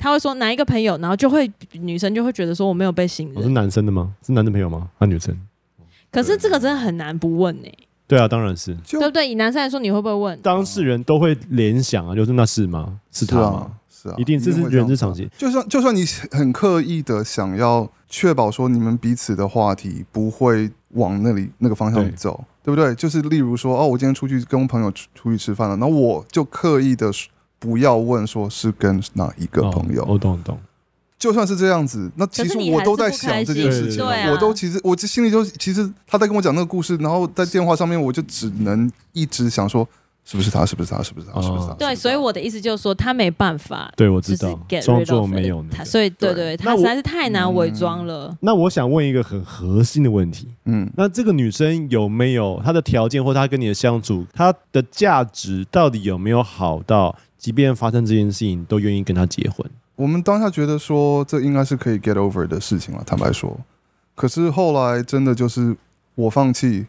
S1: 他会说哪一个朋友，然后就会女生就会觉得说我没有被信
S3: 我哦是
S1: 任，
S3: 男生的吗？是男的朋友吗？啊，女生？
S1: 可是这个真的很难不问呢、
S3: 对啊，当然是。
S2: 就
S1: 对不对？以男生来说，你会不会问？
S3: 当事人都会联想啊，就是那是吗？是
S2: 是
S3: 他吗？
S2: 啊是啊，
S3: 一定这是
S2: 会这样
S3: 人
S2: 子
S3: 之常情。
S2: 就算就算你很刻意的想要确保说你们彼此的话题不会往那里那个方
S3: 对
S2: 向走，对不对？就是例如说，哦，我今天出去跟我朋友出出去吃饭了，那我就刻意的不要问说是跟哪一个朋友，
S3: 哦我懂懂。
S2: 就算是这样子，那其
S1: 可
S2: 实
S1: 是你
S2: 我
S1: 还
S2: 都
S1: 是
S2: 在
S1: 不
S2: 想
S1: 开
S2: 这
S1: 心
S2: 件事情，
S1: 对啊
S2: 我都其实我这心里就其实他在跟我讲那个故事，然后在电话上面我就只能一直想说，是不是他，是不是他，是不是他，
S3: 哦
S2: 是不是
S1: 对，
S2: 他？是不是他
S1: 所以我的意思就是说，他没办法，
S3: 对，我
S1: 就
S3: 知
S1: 是
S3: 道
S1: get，
S3: 装
S1: rid
S3: 作
S1: of
S3: 没
S1: it
S3: 有
S1: 他
S3: 那个。
S1: 所以对
S2: 对
S1: 对，他
S3: 我嗯
S1: 实在是太难伪装了。
S3: 那我想问一个很核心的问题：
S2: 嗯，
S3: 那这个女生有没有她的条件，或她跟你的相处，她的价值到底有没有好到，即便发生这件事情，都愿意跟她结婚？
S2: 我们当下觉得说这应该是可以 get over 的事情了，坦白说。可是后来真的就是我放弃，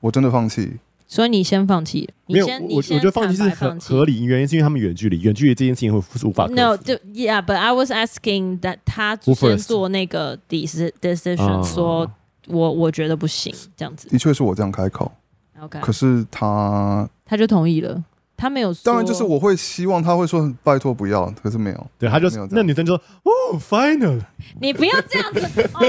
S2: 我真的放弃。
S1: 所以你先放弃，
S3: 没
S1: 你
S3: 有，
S1: 先，
S3: 我
S1: 你
S3: 我
S1: 先
S3: 觉得放弃是
S1: 坦白
S3: 合
S1: 放弃
S3: 合理，原因是因为他们远距离，远距离这件事情会是无法克服
S1: No，就 Yeah, but I was asking that 他
S3: Who
S1: 先
S3: first？
S1: 做那个 deci- decision，
S3: 啊
S1: 说我我觉得不行这样子
S2: 的确是我这样开口，
S1: ，OK，
S2: 可是他
S1: 他就同意了，他没有说，
S2: 当然就是我会希望他会说拜托不要，可是没有。
S3: 对，她就
S2: 没有这
S3: 那
S2: 样
S3: 女生就说哦，final，
S1: 你不要这样子哦，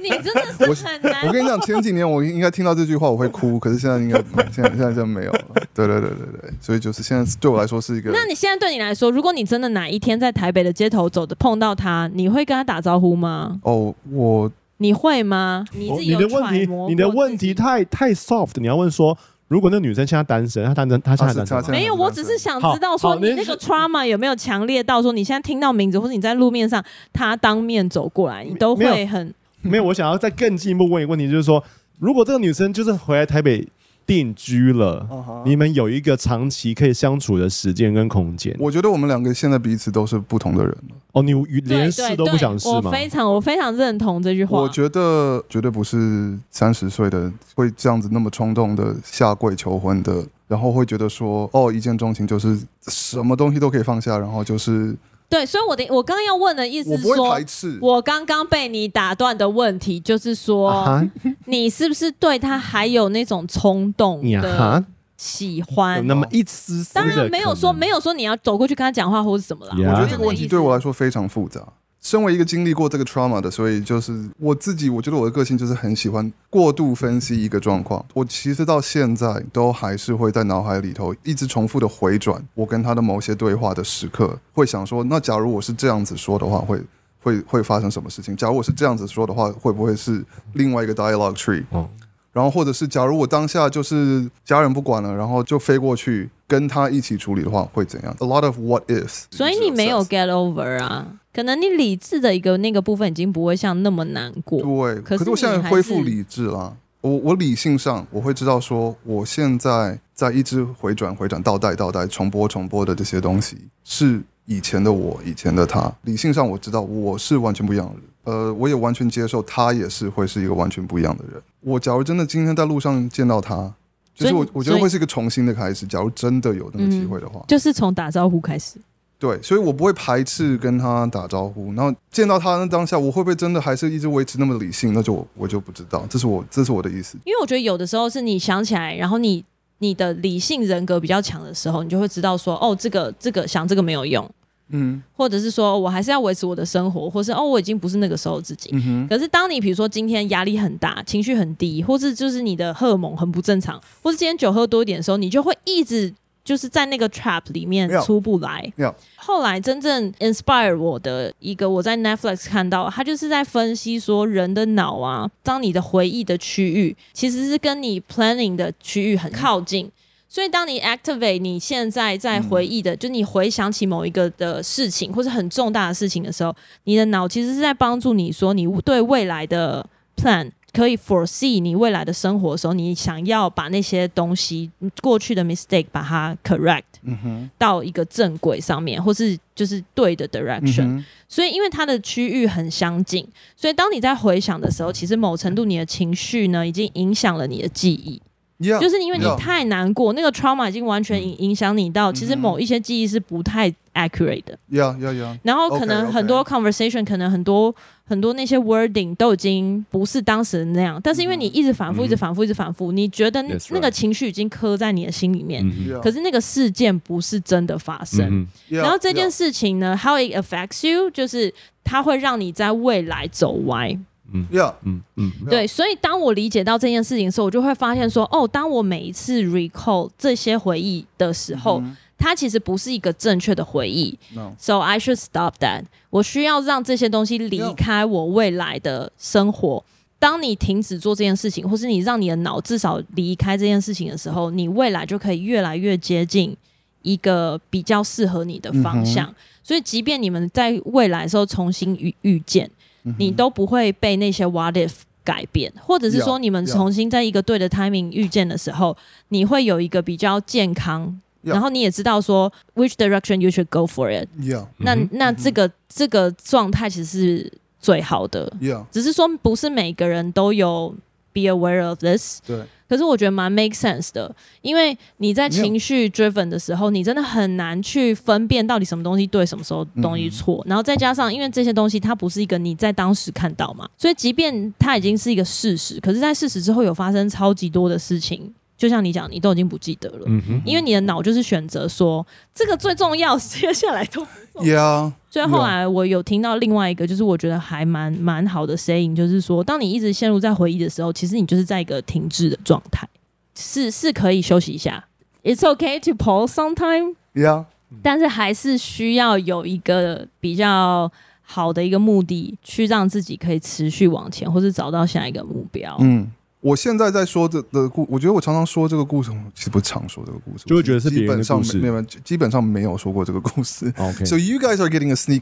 S1: 你真的是很难
S2: [LAUGHS] 我跟你讲，前几年我应该听到这句话我会哭，可是现在应该现在现在真的没有了。
S1: [LAUGHS]
S2: 对对对对对，所以就是现在对我来说是一个
S1: 那你现在对你来说，如果你真的哪一天在台北的街头走的碰到他，你会跟他打招呼吗？
S2: 哦，我
S1: 你会吗？你
S3: 哦
S1: 自己
S3: 你
S1: 有
S3: 的问
S1: 揣
S3: 题
S1: 摩，过
S3: 你的问题
S1: 自己
S3: 太太 soft，你要问说，如果那女生现在单身，她单身，她现
S2: 啊她
S3: 在
S2: 是
S3: 单身吗
S2: 她现在
S1: 没有，我只是想知道
S3: 好
S1: 说
S3: 好
S1: 你
S3: 那
S1: 那个 trauma 有没有强烈到说你现在听到名字，或者你在路面上他当面走过来，你都
S3: 没有
S1: 会很
S3: 没有，我想要再更进一步问一个问题，就是说，如果这个女生就是回来台北定居了，
S2: 嗯
S3: 你们有一个长期可以相处的时间跟空间，
S2: 我觉得我们两个现在彼此都是不同的人了。
S3: 哦，你连试都不想试
S1: 对对对我？
S3: 吗
S1: 非常我非常认同这句话。
S2: 我觉得绝对不是三十岁的会这样子那么冲动的下跪求婚的，然后会觉得说哦一见钟情就是什么东西都可以放下，然后就是
S1: 对，所以我的我刚刚要问的意思
S2: 我
S1: 是
S2: 不会
S1: 说
S2: 排。斥。
S1: 我刚刚被你打断的问题就是说，
S3: 啊哈，
S1: 你是不是对他还有那种冲动
S3: 你
S1: 的
S3: 啊哈，
S1: 喜欢？
S3: 有那么一丝丝的
S1: 当
S3: 可能，
S1: 然没有说没有说你要走过去跟他讲话或者什么啦。
S3: Yeah
S2: 我觉
S1: 没有
S2: 得这个问题对我来说非常复杂。身为一个经历过这个 trauma 的，所以就是我自己，我觉得我的个性就是很喜欢过度分析一个状况。我其实到现在都还是会在脑海里头一直重复的回转我跟他的某些对话的时刻，会想说，那假如我是这样子说的话，会会会发生什么事情？假如我是这样子说的话，会不会是另外一个 dialogue tree？
S3: 哦
S2: 然后或者是假如我当下就是家人不管了，然后就飞过去跟他一起处理的话，会怎样？A lot of what ifs。
S1: 所以你没有 get over 啊，可能你理智的一个那个部分已经不会像那么难过。
S2: 对，
S1: 可
S2: 可
S1: 是
S2: 我现在
S1: 你还
S2: 恢复
S1: 是
S2: 理智啦。我我理性上我会知道说，我现在在一直回转、回转、倒带、倒带、重播、重播的这些东西，是以前的我、以前的他。理性上我知道我是完全不一样的人，呃，我也完全接受他也是会是一个完全不一样的人。我假如真的今天在路上见到他，就
S1: 所
S2: 是
S1: 以
S2: 我
S1: 你
S2: 我觉
S1: 所
S2: 得
S1: 以嗯
S2: 会是一个重新的开始。假如真的有那个机会的话，
S1: 就是从打招呼开始。
S2: 对，所以我不会排斥跟他打招呼。然后见到他那当下，我会不会真的还是一直维持那么理性？那就我我就不知道，这是我这是我的意思。
S1: 因为我觉得有的时候是你想起来，然后你你的理性人格比较强的时候，你就会知道说，哦，这个这个想这个没有用，
S2: 嗯
S1: 或者是说我还是要维持我的生活，或是哦，我已经不是那个时候自己。
S2: 嗯哼。
S1: 可是，当你比如说今天压力很大，情绪很低，或是就是你的荷尔蒙很不正常，或是今天酒喝多一点的时候，你就会一直就是在那个 trap 里面
S2: 没有
S1: 出不来
S2: 没有。
S1: 后来真正 inspire 我的一个，我在 Netflix 看到，他就是在分析说人的脑啊，当你的回忆的区域其实是跟你 planning 的区域很靠近。所以，当你 activate 你现在在回
S2: 嗯
S1: 忆的，就你回想起某一个的事情，或是很重大的事情的时候，你的脑其实是在帮助你说，你对未来的 plan 可以 foresee 你未来的生活的时候，你想要把那些东西过去的 mistake 把它 correct
S2: 嗯哼，
S1: 到一个正轨上面，或是就是对的 direction。
S2: 嗯哼
S1: 所以，因为它的区域很相近，所以当你在回想的时候，其实某程度你的情绪呢已经影响了你的记忆，
S2: ，yeah,
S1: 就是因为你
S2: yeah
S1: 太难过，那个 trauma 已经完
S3: 嗯
S1: 全影影响你到，其实
S2: 嗯哼
S1: 某一些记忆是不太 accurate 的。
S2: yeah yeah yeah，
S1: 然后可能
S2: OK，OK
S1: 很多 conversation，可能很多很多那些 wording 都已经不是当时那样，但是因为你一直反复、
S3: 嗯
S1: 一直反复、一直反复，你觉得那
S3: That's right
S1: 那个情绪已经刻在你的心里面，
S3: 嗯
S2: yeah
S1: 可是那个事件不是真的发生。
S3: 嗯
S2: ，yeah,
S1: 然后这件
S2: yeah
S1: 事情呢，how it affects you，就是它会让你在未来走歪。
S3: 嗯
S2: yeah，
S3: 嗯嗯
S2: 对
S1: 对，所以当我理解到这件事情的时候，我就会发现说，哦，当我每一次 recall 这些回忆的时候，
S2: 嗯
S1: 它其实不是一个正确的回忆，
S2: no
S1: So I should stop that。我需要让这些东西离开我未来的生活。当你停止做这件事情，或是你让你的脑至少离开这件事情的时候，你未来就可以越来越接近一个比较适合你的方向。所以，即便你们在未来的时候重新遇遇见，你都不会被那些 what if 改变，或者是说
S2: Yeah，
S1: 你们
S2: yeah
S1: 重新在一个对的 timing 遇见的时候，你会有一个比较健康。
S2: Yeah
S1: 然后你也知道说 which direction you should go for it，
S2: yeah
S1: 那
S3: 嗯哼
S1: 那这个、这个状态其实是最好的，
S2: yeah，
S1: 只是说不是每个人都有 be aware of this。
S2: 对，
S1: 可是我觉得蛮 make sense 的，因为你在情绪 driven 的时候，你真的很难去分辨到底什么东西对，什么时候
S3: 嗯
S1: 东西错。然后再加上，因为这些东西它不是一个你在当时看到嘛，所以即便它已经是一个事实，可是，在事实之后有发生超级多的事情，就像你讲，你都已经不记得了，
S3: 嗯哼，
S1: 因为你的脑就是选择说这个最重要， [LAUGHS] 接下来都
S2: yeah
S1: 所以后来我有听到另外一个，就是我觉得还蛮蛮好的 saying，就是说，当你一直陷入在回忆的时候，其实你就是在一个停滞的状态，是是可以休息一下，It's okay to pause sometime，
S2: yeah
S1: 但是还是需要有一个比较好的一个目的，去让自己可以持续往前，或是找到下一个目标。
S2: 嗯。我现在在说的的故，我觉得我常常说这个故事，我其实不是常说这个故事，
S3: 就会觉得是别
S2: 基
S3: 人的
S2: 本上
S3: 故事
S2: 没有，基本上没有说过这个故事。
S3: OK，
S2: So you guys are getting a sneak。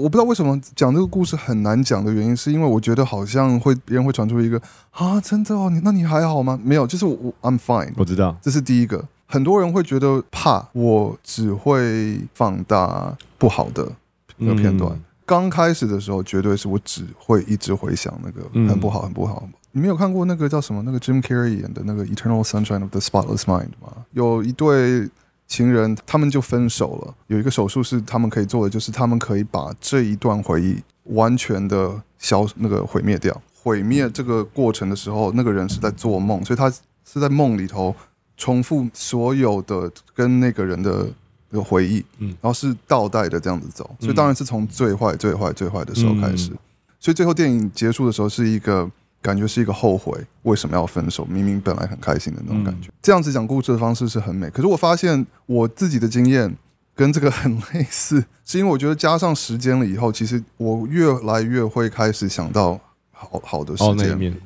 S2: 我 [LAUGHS] 不知道为什么讲这个故事很难讲的原因，是因为我觉得好像会别人会传出一个啊，真的哦，你那你还好吗？没有，就是我我 I'm fine，
S3: 我知道，
S2: 这是第一个。很多人会觉得怕，我只会放大不好的那个片段。刚开始的时候，绝对是我只会一直回想那个
S3: 嗯
S2: 很不好、很不好。你没有看过那个叫什么？那个 Jim Carrey 演的那个《Eternal Sunshine of the Spotless Mind》吗？有一对情人，他们就分手了。有一个手术是他们可以做的，就是他们可以把这一段回忆完全的消那个毁灭掉。毁灭这个过程的时候，那个人是在做梦，所以他是在梦里头重复所有的跟那个人的那个回忆，
S3: 嗯
S2: 然后是倒带的这样子走，所以当然是从最坏、最坏、最坏的时候开始。
S3: 嗯
S2: 所以最后电影结束的时候是一个感觉是一个后悔为什么要分手，明明本来很开心的那种感
S3: 嗯
S2: 觉。这样子讲故事的方式是很美，可是我发现我自己的经验跟这个很类似，是因为我觉得加上时间了以后，其实我越来越会开始想到好好的事
S3: 哦那
S2: 件。
S3: 一面，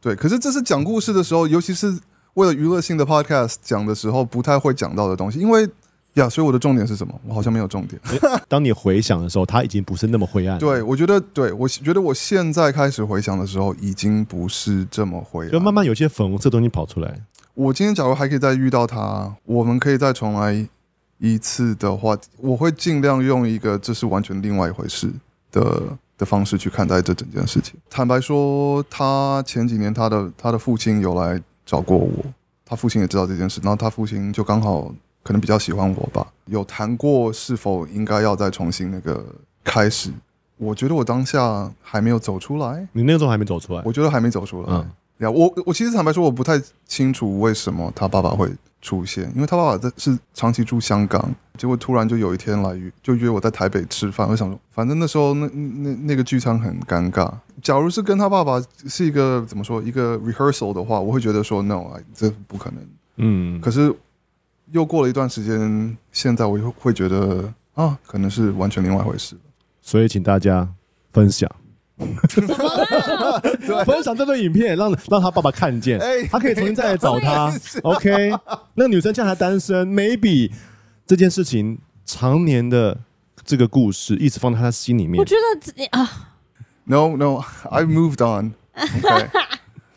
S2: 对，可是这是讲故事的时候，尤其是为了娱乐性的 podcast 讲的时候，不太会讲到的东西，因为呀所以我的重点是什么？我好像没有重
S3: 嗯
S2: 点。
S3: 当你回想的时候，它已经不是那么灰暗了，
S2: 对，我觉得，对我觉得我现在开始回想的时候，已经不是这么回
S3: 就
S2: 了。
S3: 慢慢有些粉红色的东西跑出来。
S2: 我今天假如还可以再遇到他，我们可以再重来一次的话，我会尽量用一个这是完全另外一回事的的方式去看待这整件事情。坦白说，他前几年他的他的父亲有来找过我，他父亲也知道这件事，然后他父亲就刚好可能比较喜欢我吧，有谈过是否应该要再重新那个开始。我觉得我当下还没有走出来，
S3: 你那个时候还没走出来，
S2: 我觉得还没走出来。
S3: 嗯，
S2: 呀，我我其实坦白说，我不太清楚为什么他爸爸会出现，因为他爸爸在是长期住香港，结果突然就有一天来约就约我在台北吃饭，我想说，反正那时候那那那那个聚餐很尴尬。假如是跟他爸爸是一个怎么说一个 rehearsal 的话，我会觉得说 no，哎这不可能。
S3: 嗯，
S2: 可是又过了一段时间，现在我又会觉得啊，可能是完全另外一回事。
S3: 所以请大家
S2: [LAUGHS]
S3: 分享，
S1: 怎么了？
S3: 分享这段影片，让让他爸爸看见，
S2: 哎
S3: 他可以重新再来
S2: [LAUGHS]
S3: 找他。OK，那女生现在还单身，maybe 这件事情常年的这个故事一直放在他心里面
S1: 我。觉得自己啊，
S2: No, no, [LAUGHS] I've moved on. Okay.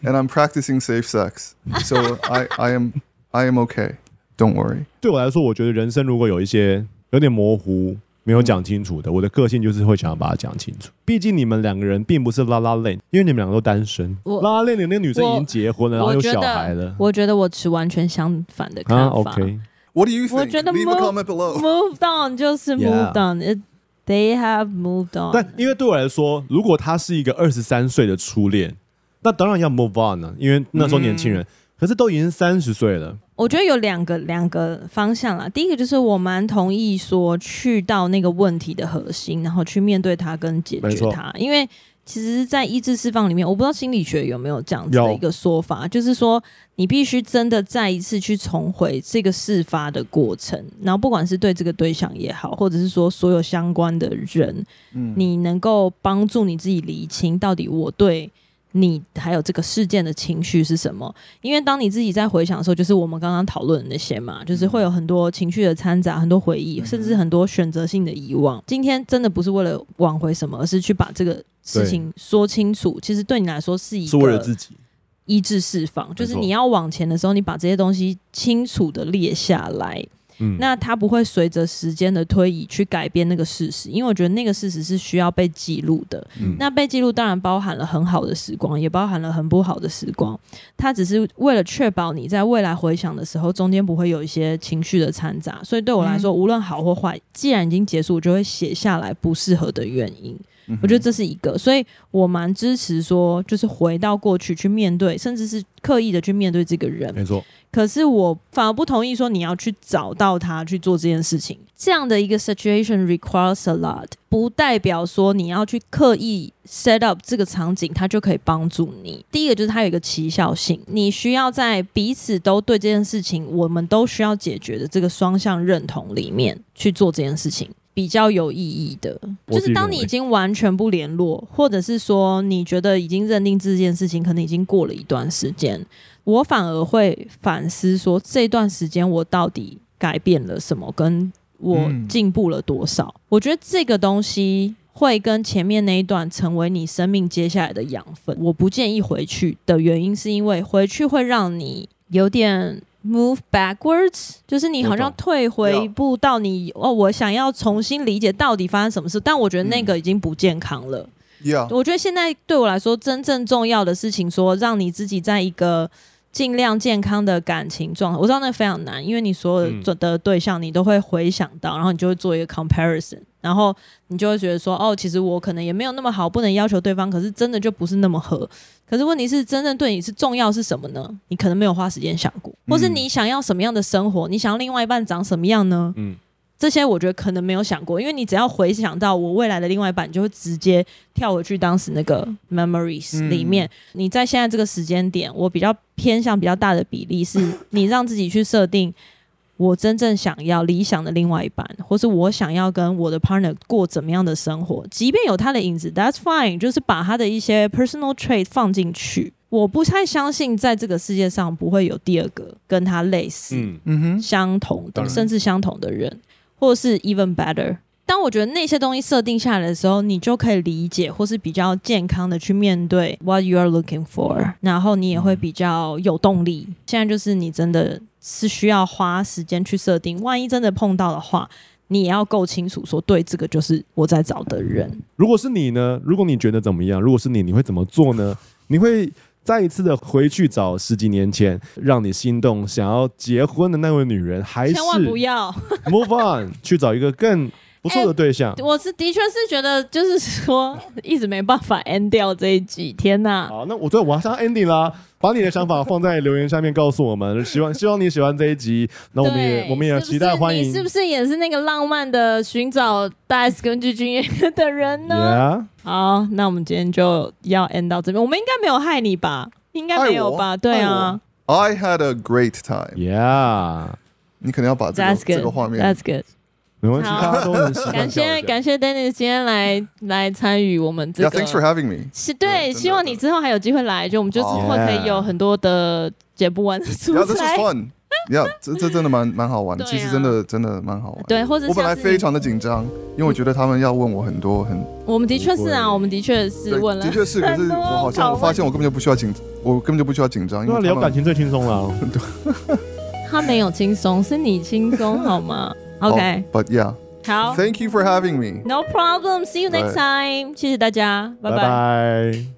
S2: and I'm practicing safe sex. So I, I am I am okay. Don't worry.
S3: 对我来说，我觉得人生如果有一些有点模糊。没有讲清楚的，我的个性就是会想要把它讲清楚。毕竟你们两个人并不是拉拉链，因为你们两个都单身。
S1: 我
S3: 拉拉链里那个女生已
S1: 我
S3: 经结婚了，然后
S1: 我
S3: 啊有
S1: 觉
S3: 小孩
S1: 得
S3: 了，。
S1: 我觉得我持完全相反的看
S3: 啊
S1: 法。
S3: ，OK，
S2: What do you
S1: 我
S2: think?
S1: 觉得
S2: Leave a
S1: move-
S2: comment below.
S1: Moved on 就是
S3: Yeah.
S1: moved on. It, they have moved on.
S3: 但因为对我来说，如果他是一个二十三岁的初恋，那当然要 move on 了、因为那时候年轻
S1: 嗯
S3: 人。可是都已经三十岁了，
S1: 我觉得有两个两个方向啦。第一个就是我蛮同意说去到那个问题的核心，然后去面对它跟解
S3: 没
S1: 决
S3: 错
S1: 它，因为。其实，在意志释放里面，我不知道心理学有没有这样子
S3: 有
S1: 的一个说法，就是说你必须真的再一次去重回这个事发的过程，然后不管是对这个对象也好，或者是说所有相关的人，
S2: 嗯，
S1: 你能够帮助你自己理清到底我对你还有这个事件的情绪是什么？因为当你自己在回想的时候，就是我们刚刚讨论的那些嘛，就是会有很多情绪的掺杂，很多回忆，
S3: 嗯
S1: 甚至很多选择性的遗忘。今天真的不是为了挽回什么，而是去把这个事情说清楚。其实对你来说是一
S3: 嗯是为了
S1: 个
S3: 自己。
S1: 医治释放，就是
S3: 没错
S1: 你要往前的时候，你把这些东西清楚的列下来，
S3: 嗯，
S1: 那它不会随着时间的推移去改变那个事实，因为我觉得那个事实是需要被记录的。
S3: 嗯
S1: 那被记录当然包含了很好的时光，也包含了很不好的时光。它只是为了确保你在未来回想的时候，中间不会有一些情绪的掺杂。所以对我来说，无论好或坏，既然已经结束，我就会写下来不适合的原因。
S2: Mm.
S1: 我觉得这是一个，所以我蛮支持说，就是回到过去去面对，甚至是刻意的去面对这个人。
S3: 没错，
S1: 可是我反而不同意说你要去找到他去做这件事情。这样的一个 situation requires a lot，不代表说你要去刻意 set up 这个场景，它就可以帮助你。第一个就是它有一个奇效性，你需要在彼此都对这件事情，我们都需要解决的这个双向认同里面去做这件事情。比较有意义的，
S3: 我
S1: 就
S3: 自己
S1: 是当
S3: 认
S1: 你
S3: 为
S1: 已经完全不联络，或者是说你觉得已经认定这件事情，可能已经过了一段时间，我反而会反思说，这段时间我到底改变了什么，跟我
S2: 嗯
S1: 进步了多少？我觉得这个东西会跟前面那一段成为你生命接下来的养分。我不建议回去的原因，是因为回去会让你有点。Move backwards，就是你好像
S3: 我懂
S1: 退回一步到你哦，我想要重新理解到底发生什么事，但我觉得那个已经不健康了。
S2: Yeah.
S1: 我觉得现在对我来说，真正重要的事情说让你自己在一个尽量健康的感情状态，我知道那非常难，因为你所有的的对象你都会回想到，然后你就会做一个 comparison，然后你就会觉得说，哦，其实我可能也没有那么好，不能要求对方，可是真的就不是那么合。可是问题是，真正对你是重要是什么呢？你可能没有花时间想过，或是
S2: 嗯
S1: 你想要什么样的生活？你想要另外一半长什么样呢？
S3: 嗯，
S1: 这些我觉得可能没有想过，因为你只要回想到我未来的另外一半，你就会直接跳回去当时那个 memories
S2: 嗯
S1: 里面。你在现在这个时间点，我比较偏向比较大的比例是你让自己去设定我真正想要理想的另外一半，或是我想要跟我的 partner 过怎么样的生活，即便有他的影子，that's fine，就是把他的一些 personal trait 放进去。我不太相信在这个世界上不会有第二个跟他类似、
S3: 嗯，
S2: 嗯哼，
S1: 相同
S3: 当
S1: 的，
S3: 然
S1: 甚至相同的人，或是 even better。当我觉得那些东西设定下来的时候，你就可以理解，或是比较健康的去面对 what you are looking for，然后你也会比较有动力。现在就是你真的是需要花时间去设定，万一真的碰到的话，你也要够清楚说，对，这个就是我在找的人。
S3: 如果是你呢？如果你觉得怎么样？如果是你，你会怎么做呢？你会再一次的回去找十几年前让你心动、想要结婚的那位女人，还是
S1: 千万不要，
S3: [LAUGHS]
S1: [LAUGHS]
S3: move on 去找一个更不错的对象？
S1: 我是的确是觉得，就是说一直没办法 end 掉这一集。天哪！
S3: 好，那我最后我要上 ending 啦，把你的想法放在留言下面告诉我们。希望希望你喜欢这一集，那我们也
S1: 对
S3: 我们也
S1: 是不是
S3: 期待欢
S1: 你
S3: 迎。
S1: 是不是也是那个浪漫的寻找大 S 跟具俊晔的人呢
S3: Yeah，
S1: 好，那我们今天就要 end 到这边。我们应该没有害你吧？应该没有吧？对啊
S2: ，I had a great time。
S3: yeah，
S2: 你可能要把这个
S1: ，That's
S2: 这
S1: good，That's
S2: 个画面 [LAUGHS]
S1: good。
S3: 没关系，
S1: 好
S3: 大家都能喜欢
S1: 感
S3: 小
S1: 谢
S3: 一下
S1: 感谢 Dennis 今天来来参与我们这
S2: ，Yeah,
S1: 个。
S2: thanks for having me。
S1: 是
S2: 对
S1: 对，
S2: 真的
S1: 希望你之后还有机会来，就我们就之后可以有很多的解不完的素
S2: Yeah, this was
S1: 材。
S2: fun。Yeah，这这真的蛮蛮好
S1: [LAUGHS]
S2: 玩的，
S1: 对啊
S2: 其实真的真的蛮好玩。
S1: 对，或者
S2: 我本
S1: 像
S2: 来
S1: 是你
S2: Oh, 非常的紧张，因为我觉得他们要问我很多很，
S1: 我们的确是
S3: 不
S1: 啊，
S3: 会
S1: 我们的确
S2: 对
S1: 是问了
S2: 的，确是，可是
S1: 很多拷
S2: 我好像我
S1: 问
S2: 发现我根本就不需要紧，我根本就不需要紧张，因
S3: 那
S2: 为
S3: 聊
S2: 他
S3: 啊感
S2: 们
S3: 情最轻松了。
S1: 他没有轻松，是你轻
S2: [LAUGHS]
S1: 松好吗？OK，
S2: 哦 Oh, But yeah,
S1: 好
S2: thank you for having me.
S1: ，No problem，see you next
S2: 对
S1: time，谢谢大家，拜
S3: 拜
S1: 拜。
S3: 拜